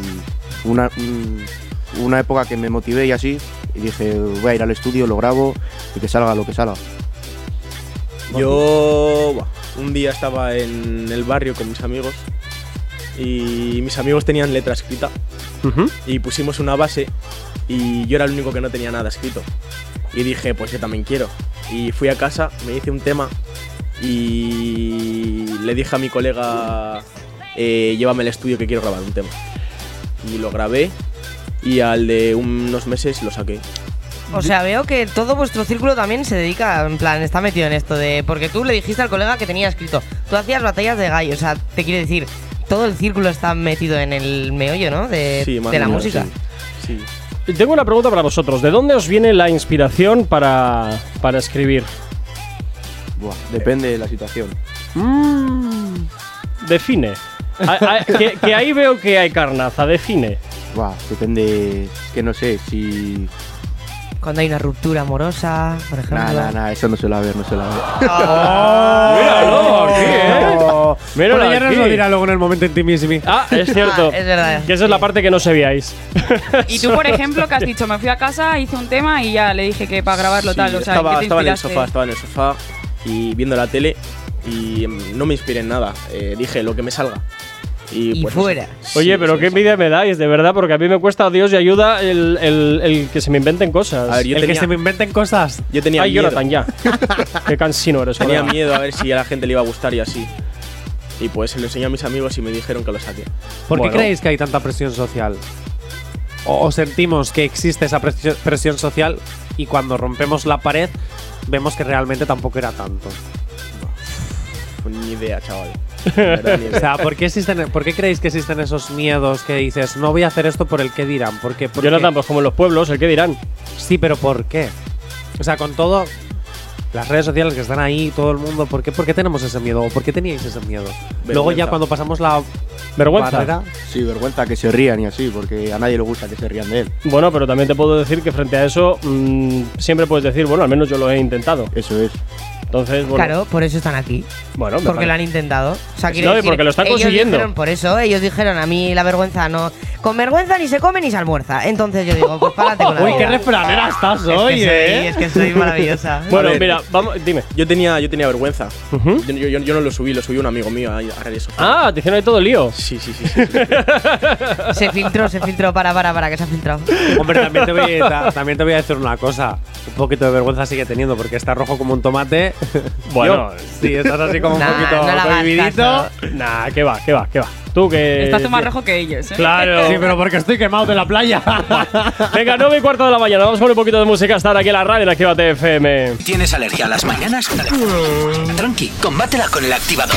una, mm, una época que me motivé y así, y dije, voy a ir al estudio, lo grabo y que salga lo que salga. Yo buah, un día estaba en el barrio con mis amigos y mis amigos tenían letra escrita y pusimos una base y yo era el único que no tenía nada escrito. Y dije, pues yo también quiero. Y fui a casa, me hice un tema y le dije a mi colega, eh, llévame al estudio que quiero grabar un tema. Y lo grabé y al de unos meses lo saqué. O sea, veo que todo vuestro círculo también se dedica, en plan, está metido en esto de. Porque tú le dijiste al colega que tenía escrito. Tú hacías batallas de gallo, o sea, te quiere decir, todo el círculo está metido en el meollo, ¿no? Eh, De, Sí, más de o la menos, música. Sí. Tengo una pregunta para vosotros. ¿De dónde os viene la inspiración para, para escribir? Buah, depende de la situación. Define. Mm. A- a- que, que ahí veo que hay carnaza. Define. Buah, depende, es que no sé, si... Cuando hay una ruptura amorosa, por ejemplo. Nada, nada, eso no se la ver, no se la ver. Míralo aquí, ¿eh? Míralo Bueno, ya nos lo aquí. dirá luego en el momento intimísimo. Ah, es cierto. Ah, es verdad. Que esa es la parte que no se veáis. Y tú, por ejemplo, que has dicho, me fui a casa, hice un tema y ya le dije que para grabarlo Sí, tal. O sea, estaba, ¿qué te estaba en el inspiraste? sofá, estaba en el sofá y viendo la tele y mm, no me inspiré en nada. Eh, dije lo que me salga. Y, pues, no sé. Oye, pero qué envidia me dais, de verdad, porque a mí me cuesta Dios y ayuda el, el- el que se me inventen cosas. A ver, yo El que tenía- se me inventen cosas. Yo tenía Ay, miedo. Jonathan, ya. qué cansino eres, Tenía colega. miedo a ver si a la gente le iba a gustar y así. Y pues se lo enseñé a mis amigos y me dijeron que lo saqué. ¿Por Bueno, qué creéis que hay tanta presión social? O, o sentimos que existe esa presi- presión social y cuando rompemos la pared vemos que realmente tampoco era tanto? pues, Ni idea, chaval. De verdad, ni idea. o sea, ¿por qué, existen, ¿por qué creéis que existen esos miedos que dices, no voy a hacer esto por el que dirán? Porque, porque Jonathan, pues como en los pueblos, el que dirán. Sí, pero ¿por qué? O sea, con todo, las redes sociales que están ahí, todo el mundo, ¿por qué, por qué tenemos ese miedo? ¿O por qué teníais ese miedo? Luego ya Vergüenza. cuando pasamos la barrera, Sí, vergüenza que se rían y así, porque a nadie le gusta que se rían de él. Bueno, pero también te puedo decir que frente a eso mm, siempre puedes decir, bueno, al menos yo lo he intentado. Eso es. Entonces, bueno. Claro, por eso están aquí. Bueno, me porque parece. lo han intentado. O sea, No, quiero y decir, porque lo están ellos consiguiendo. dijeron por eso, ellos dijeron a mí la vergüenza no. Con vergüenza ni se come ni se almuerza. Entonces yo digo, pues párate con la Uy, qué vida. refranera estás que hoy, soy- ¿eh? es que soy maravillosa. Bueno, A ver, mira, vamos, dime. Yo tenía, yo tenía vergüenza. yo, yo- yo no lo subí, lo subió un amigo mío a, a redes sociales. Ah, te hicieron ahí todo el lío. Sí, sí, sí. sí, sí. Se filtró, se filtró, para, para, para, que se ha filtrado. Hombre, también te, voy a, ta- también te voy a decir una cosa. Un poquito de vergüenza sigue teniendo porque está rojo como un tomate. Bueno. Yo- sí, estás así como un Nah, poquito no le hagas cohibidito. caso. Nah, que va, que va, que va. Tú que. Estás tú más rojo que ellos, ¿eh? Claro. Sí, pero porque estoy quemado de la playa. Venga, 9 y cuarto de la mañana. Vamos con un poquito de música hasta ahora aquí en la radio en Actívate FM. ¿Tienes alergia a las mañanas? Tranqui, combátela con el activador.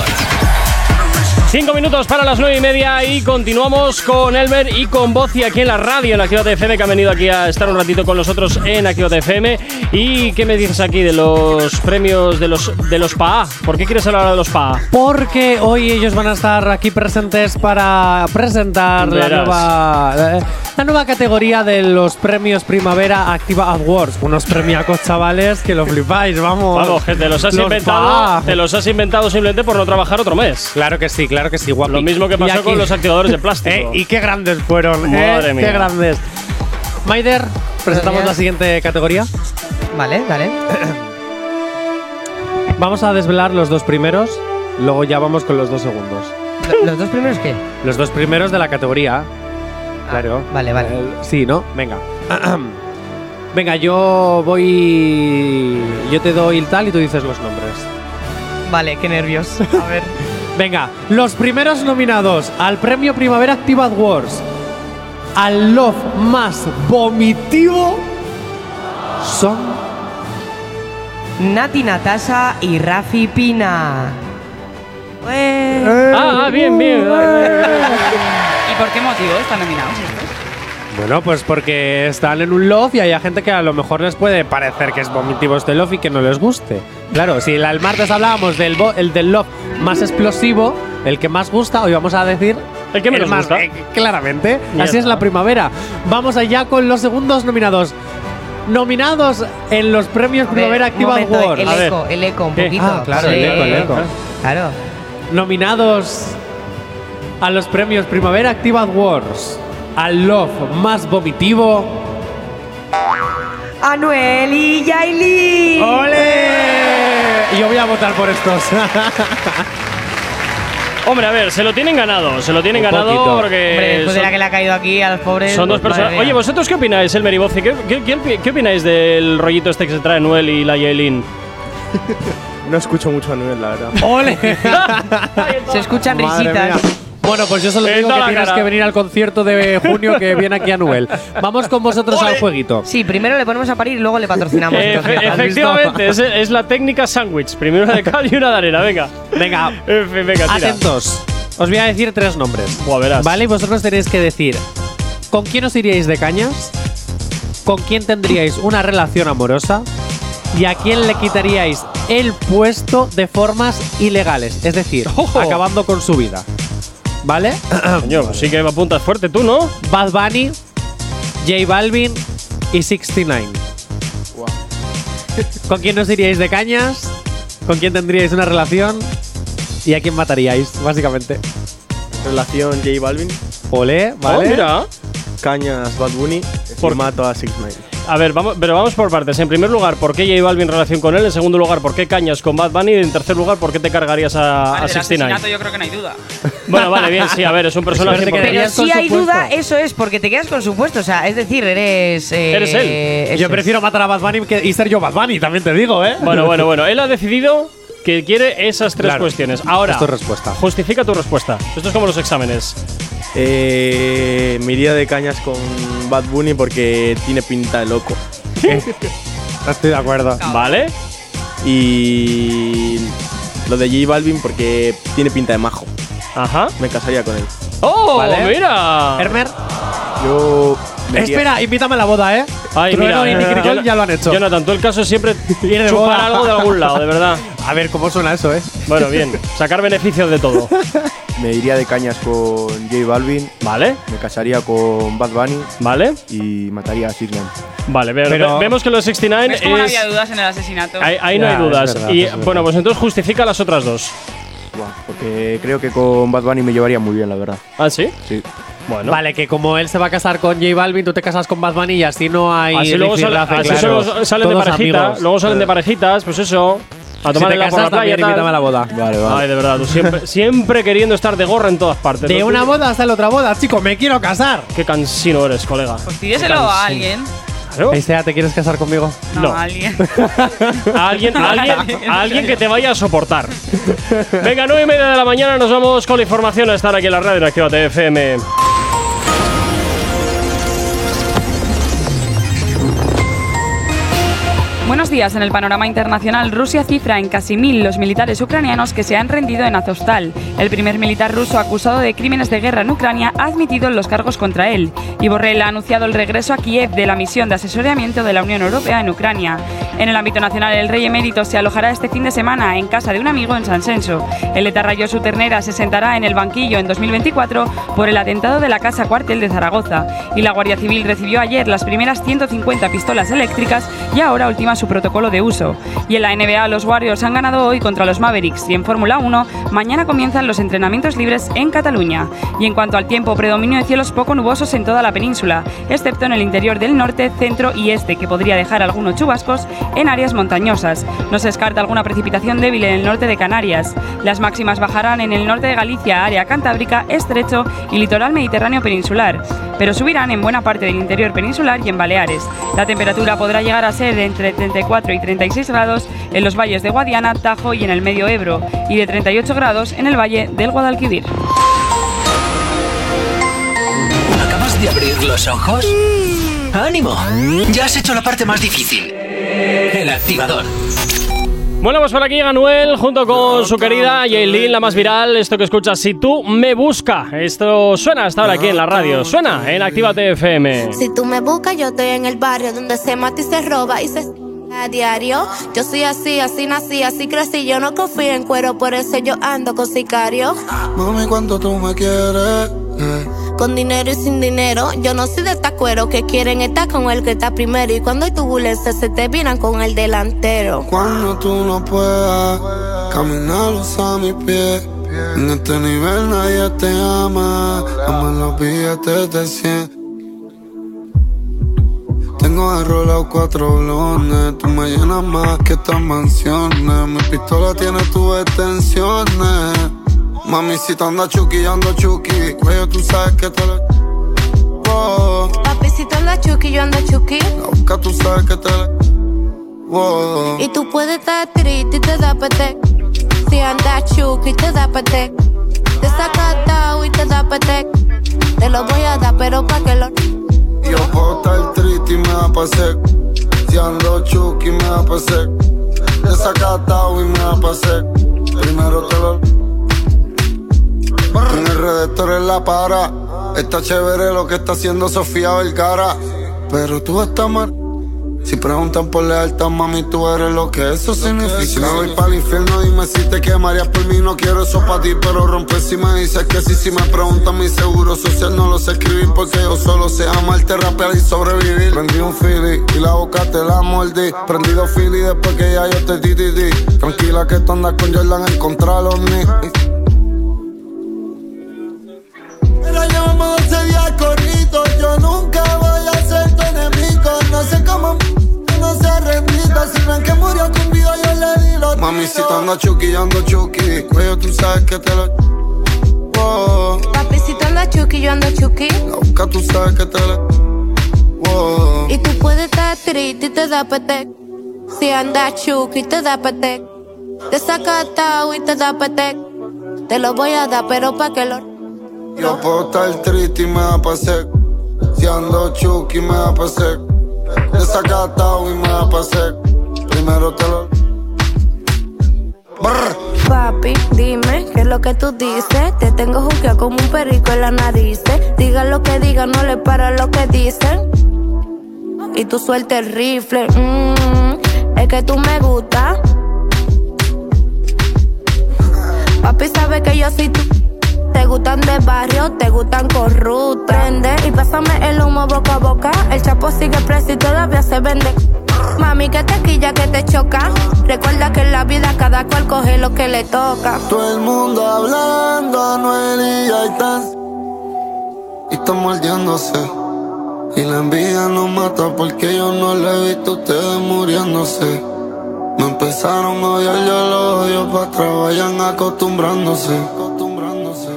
Cinco minutos para las nueve y media y continuamos con Elmer y con Bozi aquí en la radio en Activate FM que han venido aquí a estar un ratito con nosotros en Activate FM. ¿Y qué me dices aquí de los premios de los de los PAA? ¿Por qué quieres hablar de los PAA? Porque hoy ellos van a estar aquí presentes para presentar la Verás. nueva, eh, la nueva categoría de los premios Primavera Activa Awards. Unos premiacos, chavales, que lo flipáis, vamos. Vamos, que te los has inventado, pa. te los has inventado simplemente por no trabajar otro mes. Claro que sí, claro que sí, guapi. Lo mismo que Y pasó aquí- con los activadores de Eh, plástico. y qué grandes fueron, Madre eh, mía. qué grandes. Maider, presentamos Gracias. la siguiente categoría. Vale, vale. Vamos a desvelar los dos primeros Luego ya vamos con los dos segundos. ¿Los dos primeros qué? Los dos primeros de la categoría. claro. Ah, Eh, Vale, vale. sí, ¿no? Venga. Venga, yo voy. Yo te doy el tal y tú dices los nombres. Vale, qué nervios. A ver. Venga, los primeros nominados al premio Primavera Active Awards al love más vomitivo son Nati Natasha y Rafi Pina. Pues- Ah, ah, bien, bien. ¿Y por qué motivo están nominados estos? Bueno, pues porque están en un love y hay gente que a lo mejor les puede parecer que es vomitivo este love y que no les guste. Claro, si la- el martes hablábamos del, bo- el del love más explosivo, el que más gusta, hoy vamos a decir El que menos más- gusta. eh, claramente. Ya Así es está. la primavera. Vamos allá con los segundos nominados. Nominados en los premios A ver, Primavera un Activa momento, Awards. El A ver. eco, el eco, un ¿Qué? poquito. Ah, claro, el Sí. eco, el eco. Claro. Nominados a los premios Primavera Activa Awards al Love más vomitivo. Anuel y Yailin. ¡Ole! Yo voy a votar por estos. Hombre, a ver, se lo tienen ganado, se lo tienen Un ganado poquito. porque Hombre, después de son- la que le ha caído aquí a los pobres. Son dos pues, personas. madre Oye, mía. ¿vosotros qué opináis, Elmer y Bozzi? ¿Qué, qué, qué- qué opináis del rollito este que se trae Noel y la Yaelin? No escucho mucho a Noel, la verdad. ¡Ole! se escuchan Madre risitas. mía. Bueno, pues yo solo En digo toda que la tienes cara. que venir al concierto de junio que viene aquí Anuel. Vamos con vosotros al jueguito. Sí, primero le ponemos a parir y luego le patrocinamos. Efe- entonces, ¿has visto? Eh, efectivamente, es, es la técnica sándwich. Primero una de cal y una de arena, venga. Venga, Efe, venga, tira. atentos. Os voy a decir tres nombres. Buah, verás. Vale, y vosotros tenéis que decir con quién os iríais de cañas, con quién tendríais una relación amorosa y a quién le quitaríais el puesto de formas ilegales, es decir, ¡Ojo! acabando con su vida. ¿Vale? Coño, pues sí que me apuntas fuerte tú, ¿no? Bad Bunny, J Balvin y 69. ¿Con quién os iríais de cañas? ¿Con quién tendríais una relación? ¿Y a quién mataríais, básicamente? Relación J Balvin, Ole, Oh, ¿vale? mira. cañas Bad Bunny, Por- por mato a Six Nine. A ver, vamos, pero vamos por partes. En primer lugar, ¿por qué J Balvin en relación con él? En segundo lugar, ¿por qué cañas con Bad Bunny? Y en tercer lugar, ¿por qué te cargarías a, Vale, a del 69? asesinato Pues yo creo que no hay duda. Bueno, vale, bien, sí, a ver, es un personaje Pero te importante. quedarías Pero con si su hay puesto. duda, eso es porque te quedas con su puesto. O sea, es decir, eres. eh, Oh, Eres él. eso Yo es. prefiero matar a Bad Bunny que- y ser yo Bad Bunny, también te digo, ¿eh? Bueno, bueno, bueno. Él ha decidido que quiere esas tres Claro. cuestiones. Ahora, Esto es respuesta. justifica tu respuesta. Esto es como los exámenes. Eh, me iría de cañas con Bad Bunny porque tiene pinta de loco. ¿Eh? Estoy de acuerdo. ¿Vale? Y lo de J Balvin porque tiene pinta de majo. Ajá. Me casaría con él. ¡Oh, Vale. mira! Hermer, Yo. me iría- espera, invítame a la boda, ¿eh? Ay, Trueno y Nicky Nicole Jona- ya lo han hecho. Jonathan, tú el caso siempre Viene de chupar boda. algo de algún lado, de verdad. A ver, ¿cómo suena eso, eh? Bueno, bien. Sacar beneficios de todo. Me iría de cañas con J Balvin, ¿Vale? me casaría con Bad Bunny ¿Vale? y mataría a Six Nine. Vale, pero, Pero- ve- vemos que los 69 ¿Ves cómo no es- había dudas en el asesinato? Ahí, ahí no Ya, hay es Ah, dudas. verdad, y es verdad. bueno, pues entonces justifica las otras dos. Buah, porque creo que con Bad Bunny me llevaría muy bien, la verdad. ¿Ah, sí? Sí. Bueno. Vale, que como él se va a casar con J Balvin, tú te casas con Bad Bunny y así no hay. así luego sal- rifirrafe, así claro. solo salen de Todos parejitas, amigos. luego salen de parejitas, pues eso. A Si tomar te el la casas, por la playa. también tal. invítame a la boda. Vale, Ay, de verdad, tú siempre, siempre queriendo estar de gorra en todas partes. De ¿no? una boda hasta la otra boda, chico, me quiero casar. Qué cansino eres, colega. Pues pídeselo a alguien. Claro. Isea, ¿te quieres casar conmigo? No, No. a alguien. A alguien, a alguien, a alguien que te vaya a soportar. Venga, 9 y media de la mañana, nos vamos con la información a estar aquí en la radio en Actívate FM. Buenos días. En el panorama internacional, Rusia cifra en casi mil los militares ucranianos que se han rendido en Azovstal. El primer militar ruso acusado de crímenes de guerra en Ucrania ha admitido los cargos contra él. Y Borrell ha anunciado el regreso a Kiev de la misión de asesoramiento de la Unión Europea en Ucrania. En el ámbito nacional, el rey emérito se alojará este fin de semana en casa de un amigo en San Senso. El etarra Josu Ternera se sentará en el banquillo en 2024 por el atentado de la Casa Cuartel de Zaragoza. Y la Guardia Civil recibió ayer las primeras 150 pistolas eléctricas y ahora ultima su su protocolo de uso. Y en la NBA los Warriors han ganado hoy contra los Mavericks y en Fórmula 1 mañana comienzan los entrenamientos libres en Cataluña. Y en cuanto al tiempo, predominio de cielos poco nubosos en toda la península, excepto en el interior del norte, centro y este, que podría dejar algunos chubascos en áreas montañosas. No se descarta alguna precipitación débil en el norte de Canarias. Las máximas bajarán en el norte de Galicia, área cantábrica, estrecho y litoral mediterráneo peninsular, pero subirán en buena parte del interior peninsular y en Baleares. La temperatura podrá llegar a ser de entre 34 y 36 grados en los valles de Guadiana, Tajo y en el medio Ebro, y de 38 grados en el valle del Guadalquivir. ¿Acabas de abrir los ojos? ¡Ánimo! Ya has hecho la parte más difícil. El activador. Bueno, pues por aquí llega Anuel junto con su querida Yailin, la más viral. Esto que escuchas, si tú me busca. Esto suena hasta ahora aquí en la radio. Suena en Actívate FM. Si tú me buscas, yo estoy en el barrio donde se mata y se roba y se a diario. Yo soy así, así nací, así crecí. Yo no confío en cuero, por eso yo ando con sicario. Mami, cuánto tú me quieres. Eh. Con dinero y sin dinero, yo no soy de estas cueros que quieren estar con el que está primero. Y cuando hay turbulencia, se te viran con el delantero. Cuando tú no puedas caminar a mis pies. En este nivel nadie te ama. Ama los billetes de 100. Tengo arrolado cuatro blones. Tú me llenas más que estas mansiones. Mi pistola tiene tus extensiones. Mami, si te anda chuki, yo ando chuki. Cuello, tú sabes que te lo. Oh. Papi, si tú andas chuki, yo ando chuki. La boca, tú sabes que te lo. Oh. Y tú puedes estar triste y te da pete. Si andas chuki, y te da pete. Te sacatao y te da pete. Te lo voy a dar, pero pa' que lo. Yo puedo estar triste y me da pasé. Si ando chuki, me da pasé. Desacatado y me da pasé. Primero te lo. En el redactor es la para. Está chévere lo que está haciendo Sofía Vergara. Pero tú estás mal. Si preguntan por lealtad, mami, tú eres lo que eso significa. Si me voy para el infierno, dime si te quemarías por mí. No quiero eso para ti, pero rompe si me dices que sí. Si me preguntan mi seguro social, no lo sé escribir porque yo solo sé amarte, rapear y sobrevivir. Prendí un Philly y la boca te la mordí. Prendí dos Philly después que ya yo te di, di, di. Tranquila que tú andas con Jordan en contra de los ni. Pero llevamos 12 días corridos. Yo nunca voy a ser tu enemigo. No sé cómo m- no se repita. Si ven que murió con vida, yo le di los Mami, si te ando chuki, yo ando chuki. Cuello, tú sabes que te lo. Oh, Papi, si tú andas chuki, yo ando chuki. la boca, tú sabes que te lo. Oh, Y tú puedes estar triste y te da pete. Si andas chuki, y te da pete. Te sacatao y te da pete. Te lo voy a dar, pero pa' que lo. yo puedo estar triste y me da pasé. Si ando chuki, me da pasé. Desacatado y me da pasé. Primero te lo. Papi, dime qué es lo que tú dices. Te tengo juzgado como un perrico en la nariz. Diga lo que diga, no le para lo que dicen. Y tú suelta el rifle. mm, es que tú me gusta. Papi sabe que yo soy tú. Te gustan de barrio, te gustan con ruta. Prende y pásame el humo boca a boca. El chapo sigue preso y todavía se vende. Mami, que te quilla, que te choca. Recuerda que en la vida cada cual coge lo que le toca. Todo el mundo hablando, Anuel y ya están. Y están mordiéndose. Y la envidia nos mata porque yo no le he visto a ustedes muriéndose. Me empezaron a odiar, yo los odio para atrás, vayan acostumbrándose. Acostumbrándose,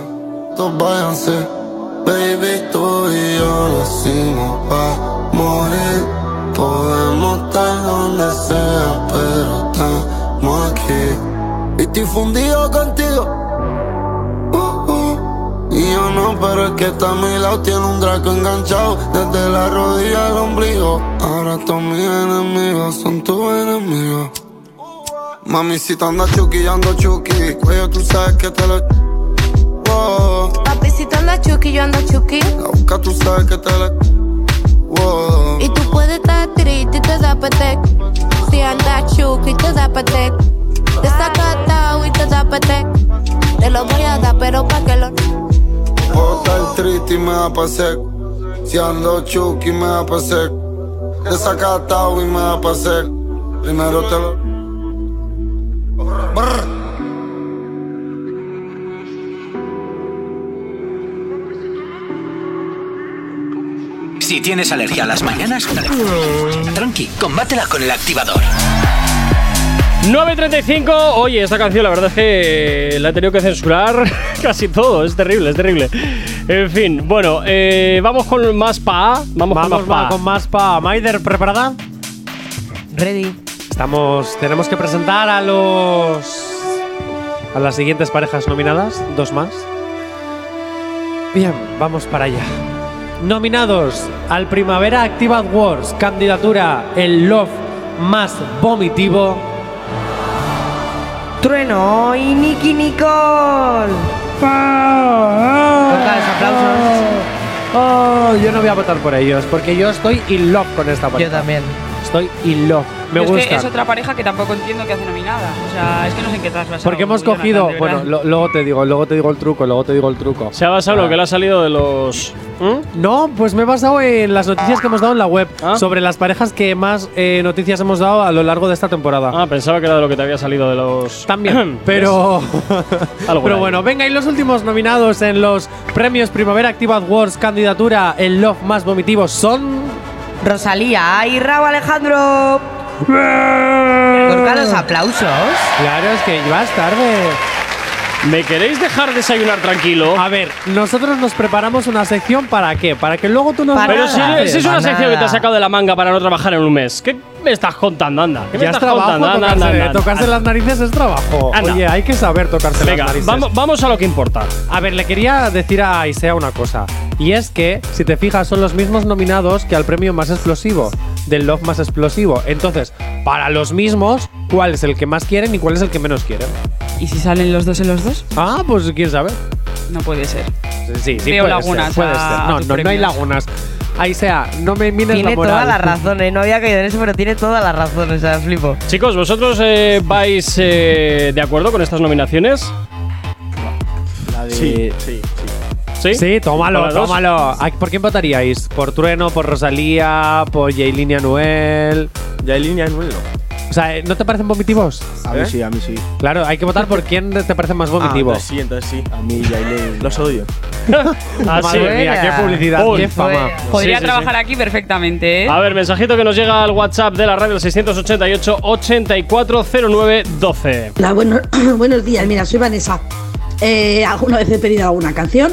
todos váyanse. Baby, tú y yo nacimos pa' morir. Podemos estar donde sea, pero estamos aquí. Y estoy fundido contigo. Uh, uh. Y yo no, pero el que está a mi lado tiene un draco enganchado. Desde la rodilla al ombligo. Ahora todos mis enemigos son tus enemigos. Mami, si te andas chuki, yo ando chuki. Cuello, tú sabes que te lo. Oh. Papi, si tú andas chuki, yo ando chuki. La boca tú sabes que te la. Wow. Y tú puedes estar triste y te da pete. Si andas chuki, te da pete. Te sacatao y te da pete. Te lo voy a dar, pero pa' que lo. Puedo estar triste y me da pasé. Si ando chuki me da pasé. Desacatado y me da pasé. Primero te lo. Brr. Si tienes alergia a las mañanas, tranqui, combátela con el activador. 9.35, oye, esta canción la verdad es que la he tenido que censurar casi todo, es terrible, es terrible. En fin, bueno, eh, vamos con más pa, vamos, Vamos con más pa. con más pa. Maider, ¿preparada? Ready. Estamos. Tenemos que presentar a los. a las siguientes parejas nominadas. Dos más. Bien, vamos para allá. Nominados al Primavera Active Awards, candidatura el Love más vomitivo. Trueno y Nicky Nicole. Toca los aplausos. Oh, yo no voy a votar por ellos, porque yo estoy in love con esta pareja. Yo también. Estoy in love. Me Yo gusta. Es que es otra pareja que tampoco entiendo que hace nominada. O sea, es que no sé en qué te has basado, Porque hemos Jonathan, cogido. de Bueno, verdad. lo- luego te digo, luego te digo el truco, luego te digo el truco. Se ha basado en lo que le ha salido de los. ¿Mm? No, pues me he basado en las noticias que hemos dado en la web Ah. sobre las parejas que más eh, noticias hemos dado a lo largo de esta temporada. Ah, pensaba que era de lo que te había salido de los. También, pero. Pero bueno, venga, y los últimos nominados en los premios Primavera Active Awards, candidatura el Love más vomitivo son. Rosalía y Raúl Alejandro. Toca los aplausos. Claro, es que llevas tarde. ¿Me queréis dejar desayunar tranquilo? A ver, nosotros nos preparamos una sección para qué? Para que luego tú nos Pero vayas si, a hacer. si es una sección que te has sacado de la manga para no trabajar en un mes, ¿qué me estás contando, anda? ¿Qué me Ya es estás trabajo contando? Anda, tocarse, anda, anda, tocarse anda. las narices es trabajo. Anda. Oye, hay que saber tocarse Venga, las narices. vamos- a lo que importa. A ver, le quería decir a Isea una cosa. Y es que, si te fijas, son los mismos nominados que al premio más explosivo, del Love más explosivo. Entonces, para los mismos, ¿cuál es el que más quieren y cuál es el que menos quieren? ¿Y si salen los dos en los dos? Ah, pues quién sabe. No puede ser. Sí, sí, Veo puede lagunas ah. ser, puede a ser. No, tus no, no hay premios. lagunas. Isea, no me mires Tiene la moral. toda la razón, eh. No había caído en eso, pero tiene toda la razón. O sea, flipo. Chicos, ¿vosotros eh, vais eh, de acuerdo con estas nominaciones? La de- Sí, sí, ¿Sí? Sí, tómalo, ¿Para dos? tómalo. ¿A- ¿Por quién votaríais? ¿Por Trueno, por Rosalía, por Yailin y Anuel? Yailin y Anuel O sea, ¿eh, ¿no te parecen vomitivos? A ¿Eh? ¿Eh? mí sí, a mí sí. Claro, hay que votar por quién te parece más vomitivo. Ah, entonces sí, entonces sí. A mí Yailin. Los odio. Madre mía, qué publicidad, Ah, Uy. qué fama. Podría Sí, sí, trabajar aquí perfectamente, ¿eh? A ver, mensajito que nos llega al WhatsApp de la radio el 688 840912. Hola, bueno- buenos días, mira, soy Vanessa. Eh, alguna vez he pedido alguna canción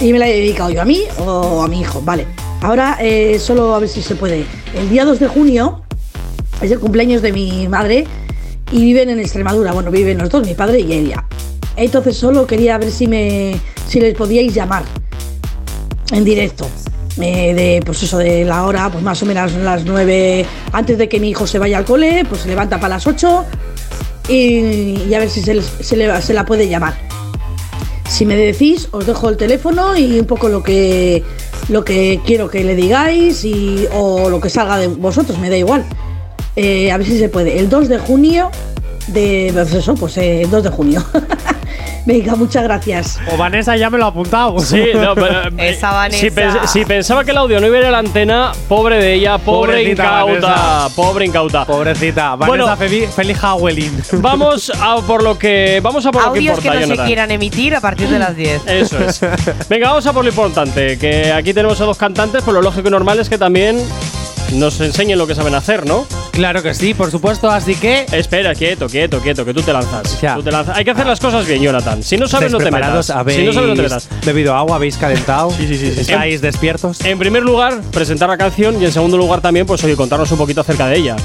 y me la he dedicado yo a mí o a mi hijo, vale. Ahora eh, solo a ver si se puede. El día 2 de junio es el cumpleaños de mi madre y viven en Extremadura. Bueno, viven los dos, mi padre y ella. Entonces solo quería ver si me si les podíais llamar en directo. eh, de pues eso de la hora, pues más o menos las 9 antes de que mi hijo se vaya al cole, pues se levanta para las 8 y, y a ver si se, les- se le- se la puede llamar. Si me decís, os dejo el teléfono y un poco lo que lo que quiero que le digáis y, o lo que salga de vosotros, me da igual. Eh, a ver si se puede. El 2 de junio de pues eso, pues eh, el 2 de junio. Venga, muchas gracias. O Vanessa ya me lo ha apuntado. Sí, no, pero, eh, Esa Vanessa. Si, pens- si pensaba que el audio no iba a ir a la antena, pobre de ella, pobre Pobrecita incauta, Vanessa. pobre incauta. Pobrecita, Vanessa feliz feliz Howelin. Vamos a por lo que vamos a por lo que Audios importa, que no se Jonathan. quieran emitir a partir de las 10. Eso es. Venga, vamos a por lo importante, que aquí tenemos a dos cantantes, por lo lógico y normal es que también nos enseñen lo que saben hacer, ¿no? Claro que sí, por supuesto, así que Espera, quieto, quieto, quieto, que tú te lanzas. Tú te lanzas. Hay que hacer las cosas bien, Jonathan. Si no sabes, ¿Estáis no te preparados? metas. ¿Habéis Si no sabes, no te metas. bebido agua? ¿Habéis calentado? sí, sí, sí. ¿Estáis despiertos? En primer lugar, presentar la canción y en segundo lugar también, pues oye, contarnos un poquito acerca de ella.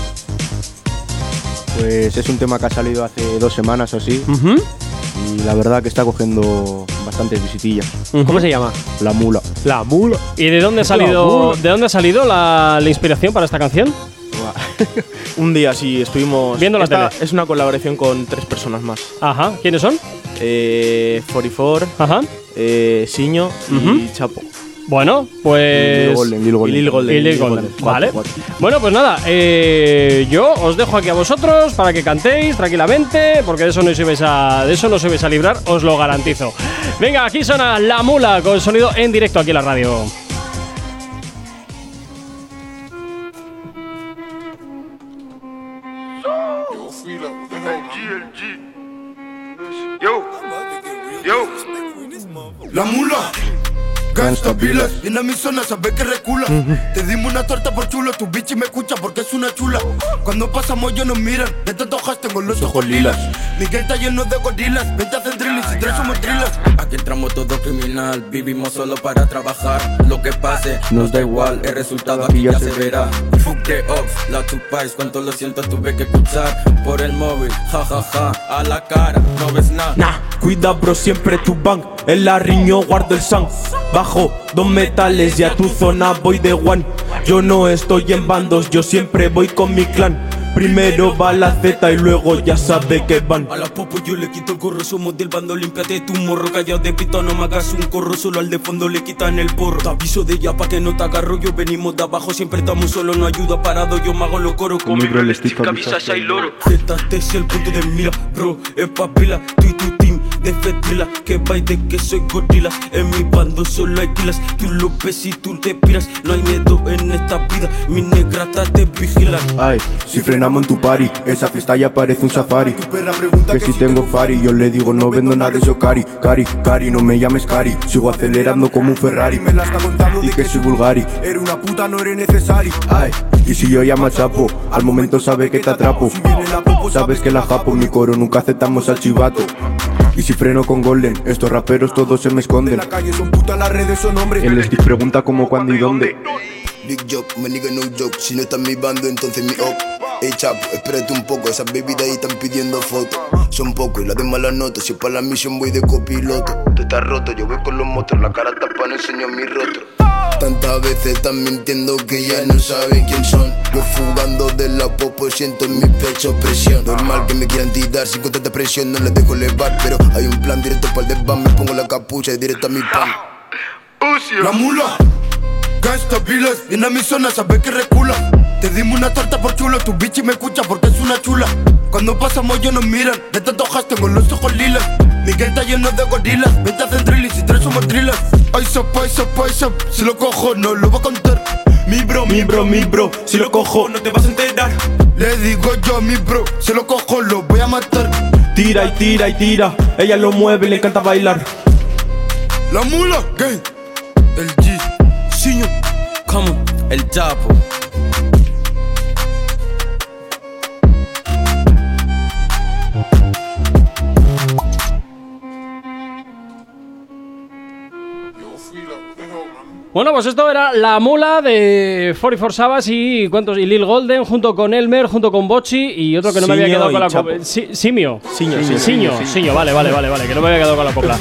Pues es un tema que ha salido hace dos semanas o Mm. así. Y la verdad que está cogiendo bastantes visitillas. ¿Cómo se llama? La mula. La mula. ¿Y de dónde ha salido, de dónde ha salido la, la inspiración para esta canción? Un día sí estuvimos. Viendo la Esta tele. Es una colaboración con tres personas más. Ajá. ¿Quiénes son? Eh, 44, Ajá. eh, Siño y Chapo. Bueno, pues. Y Lil Golden, Lil Golden. Y Lil Golden. Y Lil Golden. Cuatro, Vale. cuatro. Bueno, pues nada, eh, yo os dejo aquí a vosotros para que cantéis tranquilamente, porque de eso no os ibais a, de eso no os ibais a librar, os lo garantizo. Venga, aquí suena La Mula con sonido en directo aquí en la radio. gangsta viles. Y en mi zona sabes que recula. Te dimos una torta por chulo, tu bitch y me escucha porque es una chula. Cuando pasamos yo nos miran, de tantos hojas tengo los ojos lilas. Miguel está lleno de gorilas, vete a hacer drill y si tres somos trilas. Aquí entramos todo criminal, vivimos solo para trabajar. Lo que pase, nos da igual, el resultado aquí ya se verá. Fuck the ops, la chupáis, cuánto lo siento tuve que escuchar. Por el móvil, ja ja ja, a la cara, no ves nada. Nah, cuida bro, siempre tu bank. El arriño guardo el sang. Bajo dos metales y a tu zona voy de one. Yo no estoy en bandos, yo siempre voy con mi clan. Primero va la Z y luego ya sabe que van. A la popo yo le quito el gorro, somos del bando, límpiate tu morro, callado de pito, no me hagas un corro, solo al de fondo le quitan el porro. Te aviso de ya pa' que no te agarro, yo venimos de abajo, siempre estamos solos, no ayuda parado, yo me hago los coros con mi bro, el stick, camisa, y loro. Zeta es el punto de mira, bro, es papila, tú y tu team de fetila, que baile que soy gorila, en mi bando solo hay kilas, tú lo ves y tú te piras, no hay miedo en esta vida, mi negra te vigilan. Ay, si frenamos en tu party, esa fiesta ya parece un safari. Que si tengo fari, yo le digo no vendo nada de eso, cari, cari, cari, no me llames cari. Sigo acelerando como un Ferrari, me la está contando y que soy vulgari. Eres una puta, no eres necesario. Ay, y si yo llamo al sapo, al momento sabe que te atrapo. Sabes que la japo, mi coro, nunca aceptamos al chivato. Y si freno con Golden, estos raperos todos se me esconden. Puta las redes son hombres. El stick pregunta cómo, cuándo y dónde. Big job, me liga no joke. Si no está en mi bando, entonces mi op. Hey chapo, espérate un poco, esas bebidas ahí están pidiendo fotos. Son pocos y las de malas notas. Si es para la misión voy de copiloto. Tú estás roto, yo voy con los motos, la cara tapa, no enseño mi rostro. Tantas veces están mintiendo que ya no saben quién son. Yo fugando de la popo, siento en mi pecho presión. Normal que me quieran tirar sin tanta presión, no les dejo levar. Pero hay un plan directo para el desván, me pongo la capucha y directo a mi pan. La mula, gangsta viles. Y en mi zona sabes que recula. Te dimos una torta por chulo, tu bitch y me escucha porque es una chula. Cuando pasamos yo nos miran, de tantas hojas tengo los ojos lilas. Miguel está lleno de gorilas, vete a hacer drill y si tres somos trilas. Ay, sopa, ay, sopa, ay, sopa, si lo cojo no lo voy a contar. Mi bro, mi bro, mi bro, si lo cojo no te vas a enterar. Le digo yo, mi bro, si lo cojo lo voy a matar. Tira y tira y tira, ella lo mueve y le encanta bailar. La mula, gang, el G, siño. Come on, el chapo. Bueno, pues esto era la mula de 44 Sabas y ¿cuántos? Y Lil Golden junto con Elmer, junto con Bochi y otro que no me había Siño quedado y con la Chapo. copla. Simio. Siño, Siño, siño, Siño, siño. Siño, vale, vale, vale, vale, que no me había quedado con la copla.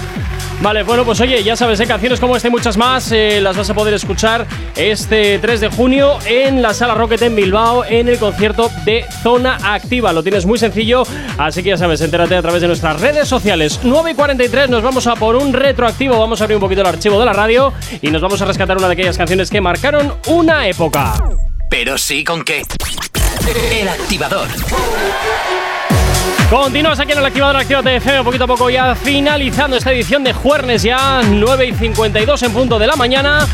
Vale, bueno, pues oye, ya sabes, ¿eh? canciones como esta y muchas más eh, las vas a poder escuchar este 3 de junio en la Sala Rocket en Bilbao en el concierto de Zona Activa. Lo tienes muy sencillo, así que ya sabes, entérate a través de nuestras redes sociales. 9 y 43 nos vamos a por un retroactivo, vamos a abrir un poquito el archivo de la radio y nos vamos a rescatar una de aquellas canciones que marcaron una época. Pero sí con qué. El activador. Continuas aquí en el activador Actívate FM, poquito a poco ya finalizando esta edición de Juernes ya 9 y 52 en punto de la mañana.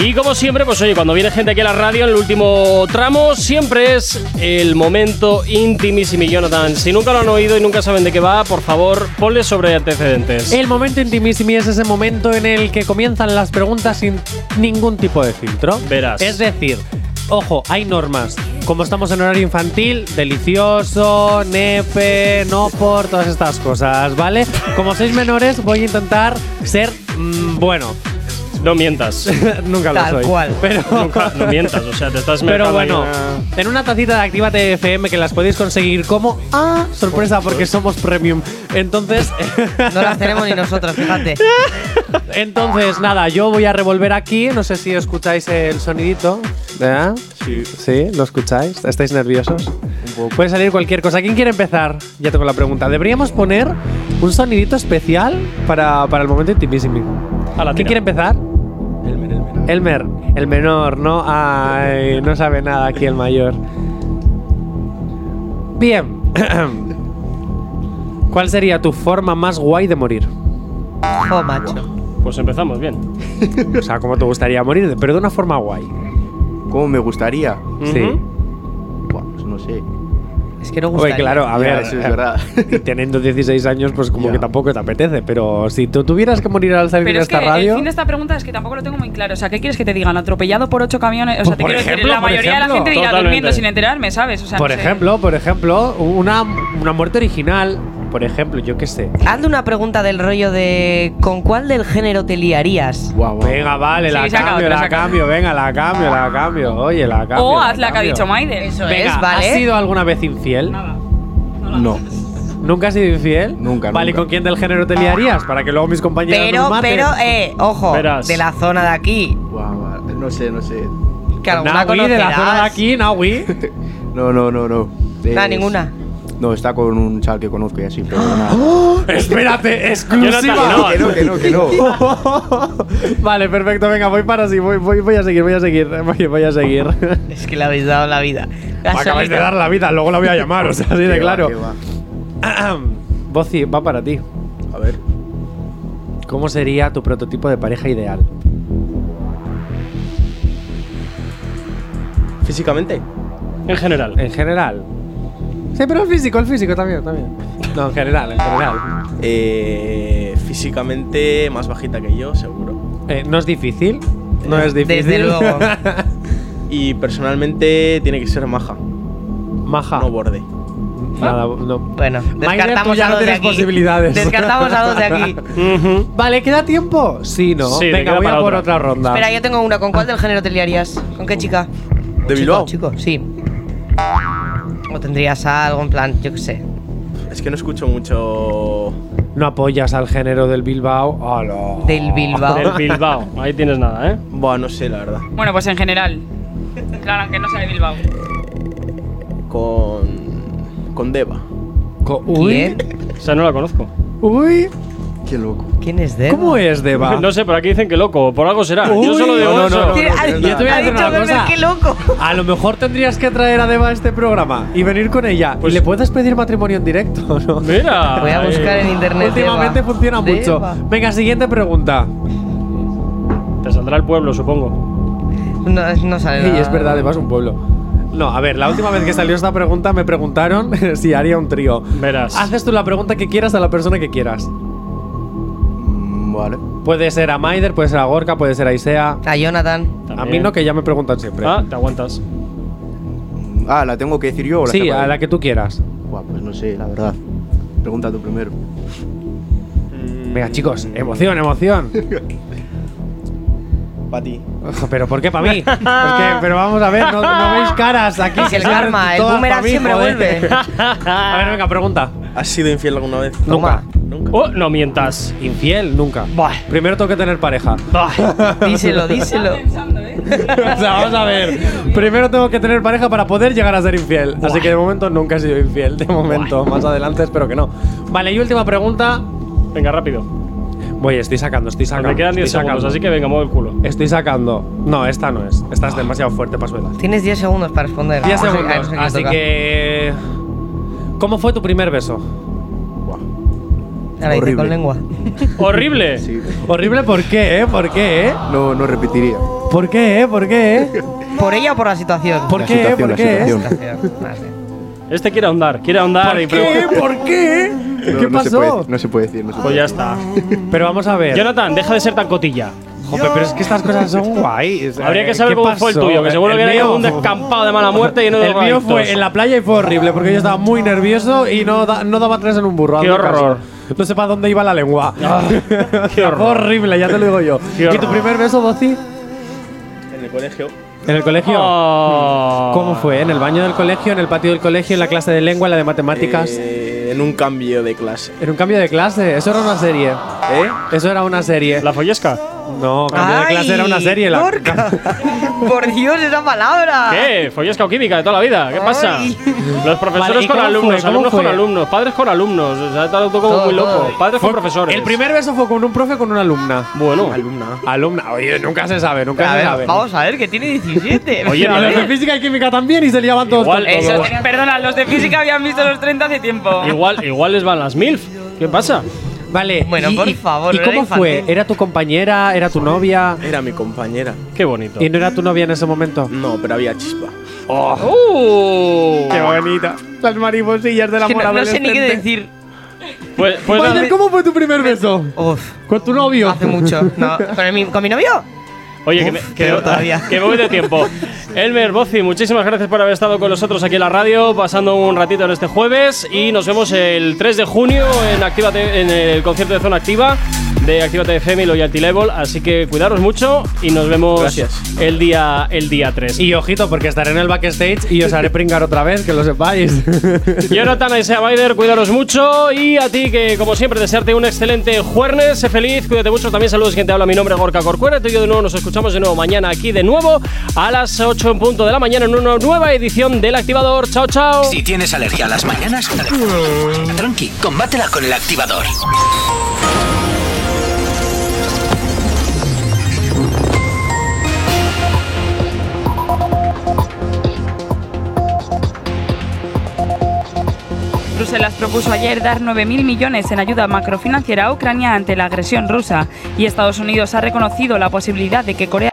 Y como siempre, pues oye, cuando viene gente aquí a la radio en el último tramo, siempre es el momento intimísimo. Y Jonathan, si nunca lo han oído y nunca saben de qué va, por favor, ponle sobre antecedentes. El momento intimísimo es ese momento en el que comienzan las preguntas sin ningún tipo de filtro. Verás. Es decir, ojo, hay normas. Como estamos en horario infantil, delicioso, nepe, no por todas estas cosas, ¿vale? Como sois menores, voy a intentar ser mm, bueno. No mientas. Nunca lo Tal soy. cual. Pero Nunca- no mientas, o sea, te estás Pero mercando ahí bueno, en una tacita de Actívate FM que las podéis conseguir como ah, sorpresa porque somos premium. Entonces, No las tenemos ni nosotros, fíjate. Entonces, nada, yo voy a revolver aquí. No sé si escucháis el sonidito. ¿Eh? Sí. ¿Sí? ¿Lo escucháis? ¿Estáis nerviosos? Puede salir cualquier cosa. ¿Quién quiere empezar? Ya tengo la pregunta. ¿Deberíamos poner un sonidito especial para, para el momento intimísimo? ¿Quién quiere empezar? Elmer. El menor, ¿no? Ay, no sabe nada aquí el mayor. Bien. ¿Cuál sería tu forma más guay de morir? Oh, macho. Pues empezamos bien. O sea, ¿cómo te gustaría morir? Pero de una forma guay. ¿Cómo me gustaría? Sí. Buah, pues no sé. Es que no Hombre, gusta. claro, a ver, eh, y teniendo 16 años, pues como que tampoco te apetece, pero si tú tuvieras que morir al salir Pero de es que eh, esta el radio, fin de esta pregunta es que tampoco lo tengo muy claro. O sea, ¿qué quieres que te digan? Atropellado por ocho camiones. O sea, te Pues, Por quiero decir, ejemplo, la por mayoría de la ejemplo. gente irá Totalmente. durmiendo sin enterarme, ¿sabes? O sea, por no sé. ejemplo, por ejemplo, una, una muerte original, por ejemplo, yo qué sé. Hazle una pregunta del rollo de ¿con cuál del género te liarías? Venga, vale, Sí, la saca cambio, otra, la saca. cambio, venga, la cambio, la cambio, oye, la cambio. O la haz la que ha cambio. dicho Maiden. Eso Venga, ¿has sido alguna vez infiel? No. ¿Nunca has sido infiel? Nunca. Vale, ¿y con quién del género te liarías? Para que luego mis compañeros Pero, nos maten. pero, eh, ojo, Verás. de la zona de aquí. No sé, no sé. Que alguna Nahui, de la zona de conocerás. aquí, Nahui. No, no, no, no. Nada, Es- ninguna. No, está con un chal que conozco y así, pero nada. Oh. Espérate, Que no, que no, que no. vale, perfecto, venga, voy para así, voy, voy, voy a seguir, voy a seguir, voy, voy a seguir. Es que le habéis dado la vida. Me acabáis de dar la vida, luego la voy a llamar, o sea, así de Qué va, claro. qué va. Bozi, va para ti. A ver. ¿Cómo sería tu prototipo de pareja ideal? ¿Físicamente? En general. En general. Sí, pero el físico, el físico también, también. No, en general, en general. Eh, físicamente más bajita que yo, seguro. Eh, no es difícil, no es difícil. y personalmente tiene que ser maja. Maja. No borde. Ah. Nada, no. Bueno, pues Maider, tú descartamos ya a no los de tienes aquí. posibilidades. Descartamos a los de aquí. Vale, ¿queda tiempo? Sí, ¿no? Sí, te Venga, queda voy a para por otra. otra ronda. Espera, yo tengo una. ¿Con cuál del género te liarías? ¿Con qué chica? ¿De Bilbao? Chico, sí. ¿O tendrías algo en plan, yo qué sé? Es que no escucho mucho. No apoyas al género del Bilbao. Hola. Del Bilbao. Del Bilbao. Ahí tienes nada, ¿eh? Bueno, no sé, la verdad. Bueno, pues en general. Claro, aunque no sea de Bilbao. Con. Con Deva. ¿Quién? O sea, no la conozco. Uy. Qué loco. ¿Quién es Deva? ¿Cómo es Deva? No sé, por aquí dicen que loco. Por algo será. Uy. Yo solo digo No, no, eso. no, no, no, no, no, Yo te voy a decir una cosa. loco! A lo mejor tendrías que traer a Deva a este programa y venir con ella. y le puedes pedir matrimonio en directo, ¿no? Pues Mira. Voy a buscar en internet. Últimamente Deva. funciona mucho. Deva. Venga, siguiente pregunta. Te saldrá el pueblo, supongo. No, no sale Y nada. es verdad, Deva es un pueblo. No, a ver, la última vez que salió esta pregunta me preguntaron si haría un trío. Verás. Haces tú la pregunta que quieras a la persona que quieras. Vale. Puede ser a Maider, puede ser a Gorka, puede ser a Isea. A Jonathan. A mí no, que ya me preguntan siempre. Ah, te aguantas. Ah, ¿la tengo que decir yo o la sí, sepa a él? la que tú quieras. Buah, pues no sé, la verdad. Pregunta tú primero. Venga, chicos, emoción, emoción. Para ti. Pero ¿por qué para mí? Es que, pero vamos a ver, no, no veis caras aquí. Es el karma, el boomerang siempre vuelve. a ver, venga, pregunta. ¿Has sido infiel alguna vez? Nunca. Nunca. Oh, no mientas. Infiel, nunca. Primero tengo que tener pareja. Díselo, díselo. o sea, vamos a ver. Primero tengo que tener pareja para poder llegar a ser infiel. Así que de momento nunca he sido infiel. De momento, más adelante espero que no. Vale, y última pregunta. Venga, rápido. Voy, estoy sacando, estoy sacando. Me quedan 10 estoy segundos, sacando. así que venga, mueve el culo. Estoy sacando. No, esta no es. Esta es demasiado fuerte para su edad. Tienes 10 segundos para responder. 10 No sé- no segundos. sé qué Así toca. que. ¿Cómo fue tu primer beso? Ahora dice con lengua. ¡Horrible! Horrible, ¿por qué? eh? ¿Por qué? eh? No, no repetiría. ¿Por qué? eh? ¿Por qué? eh? ¿Por ella o por la situación? ¿Por La qué? eh? situación, ¿Por la qué? situación. Este quiere ahondar, quiere ahondar y ¿Qué? pregunta. ¿Por qué? No, ¿Qué no se pasó? Ah. puede- no se puede decir, no se Pues puede ya decir. está. Pero vamos a ver. Jonathan, deja de ser tan cotilla. Jope, pero es que estas cosas son guays. Habría que Eh, saber ¿qué cómo fue el pasó? tuyo, que seguro El que era mío- como un descampado de mala muerte lleno de El mío drogadictos. fue en la playa y fue horrible porque yo estaba muy nervioso y no, da- no daba tres en un burro. Qué hazme caso. horror. Ah, No sé para dónde iba la lengua. Fue horrible, ya te lo digo yo. Qué ¿Y tu horror. primer beso, Doci? En el colegio. ¿En el colegio? Oh. ¿Cómo fue? ¿En el baño del colegio? ¿En el patio del colegio? ¿En la clase de lengua? ¿En la de matemáticas? eh, en un cambio de clase. ¿En un cambio de clase? Eso era una serie. ¿Eh? Eso era una serie. ¿La follesca? No, cambio de clase era una serie. La, Gorka. Por Dios, esa palabra. ¿Qué? Follesca o química de toda la vida. ¿Qué pasa? Ay. Los profesores Vale, ¿y con cómo alumnos, fue? ¿Cómo alumnos con fue? alumnos, padres con alumnos. O sea, está todo como Todo, muy loco. todo. Padres Fue- con profesores. El primer beso fue con un profe con una alumna. Bueno. Alumna. Alumna, oye, nunca se sabe, nunca A se ver, sabe. vamos a ver, que tiene 17. Oye, a a los de ver. física y química también y se liaban todos. Igual, con eso todo. es- Perdona, los de física habían visto los 30 hace tiempo. Igual, igual les van las MILF. ¿Qué pasa? Vale. Bueno, y- por y- favor, ¿Y era cómo infantil. fue? ¿Era tu compañera? ¿Era tu novia? Era mi compañera. Qué bonito. ¿Y no era tu novia en ese momento? ¡Uh! No, pero había chispa. ¡Oh! ¡Qué bonita! Las mariposillas del Es que amor no- no sé ni qué adolescente. decir. Pues, Walter, ¿cómo fue tu primer beso? ¿Con tu novio? Hace mucho. No. ¿Con, mi, ¿Con mi novio? Oye, que, me, que- que me voy de tiempo. Elmer Bozzi, muchísimas gracias por haber estado con nosotros aquí en la radio, pasando un ratito en este jueves y nos vemos el 3 de junio en, Actívate- en el concierto de Zona Activa de Actívate FM y Loyalty Level, así que cuidaros mucho y nos vemos Gracias. el día el día 3. Y ojito, porque estaré en el backstage y os haré pringar otra vez, que lo sepáis. Jonathan Isaiah Bider, cuidaros mucho y a ti que como siempre desearte un excelente jueves, sé feliz, cuídate mucho, también saludos quien te habla, mi nombre es Gorka Corcuera, tú y yo de nuevo nos escuchamos de nuevo mañana aquí de nuevo a las 8 en punto de la mañana en una nueva edición del Activador, chao chao. Si tienes alergia a las mañanas, tranqui, combátela con el activador. Bruselas propuso ayer dar 9.000 millones en ayuda macrofinanciera a Ucrania ante la agresión rusa y Estados Unidos ha reconocido la posibilidad de que Corea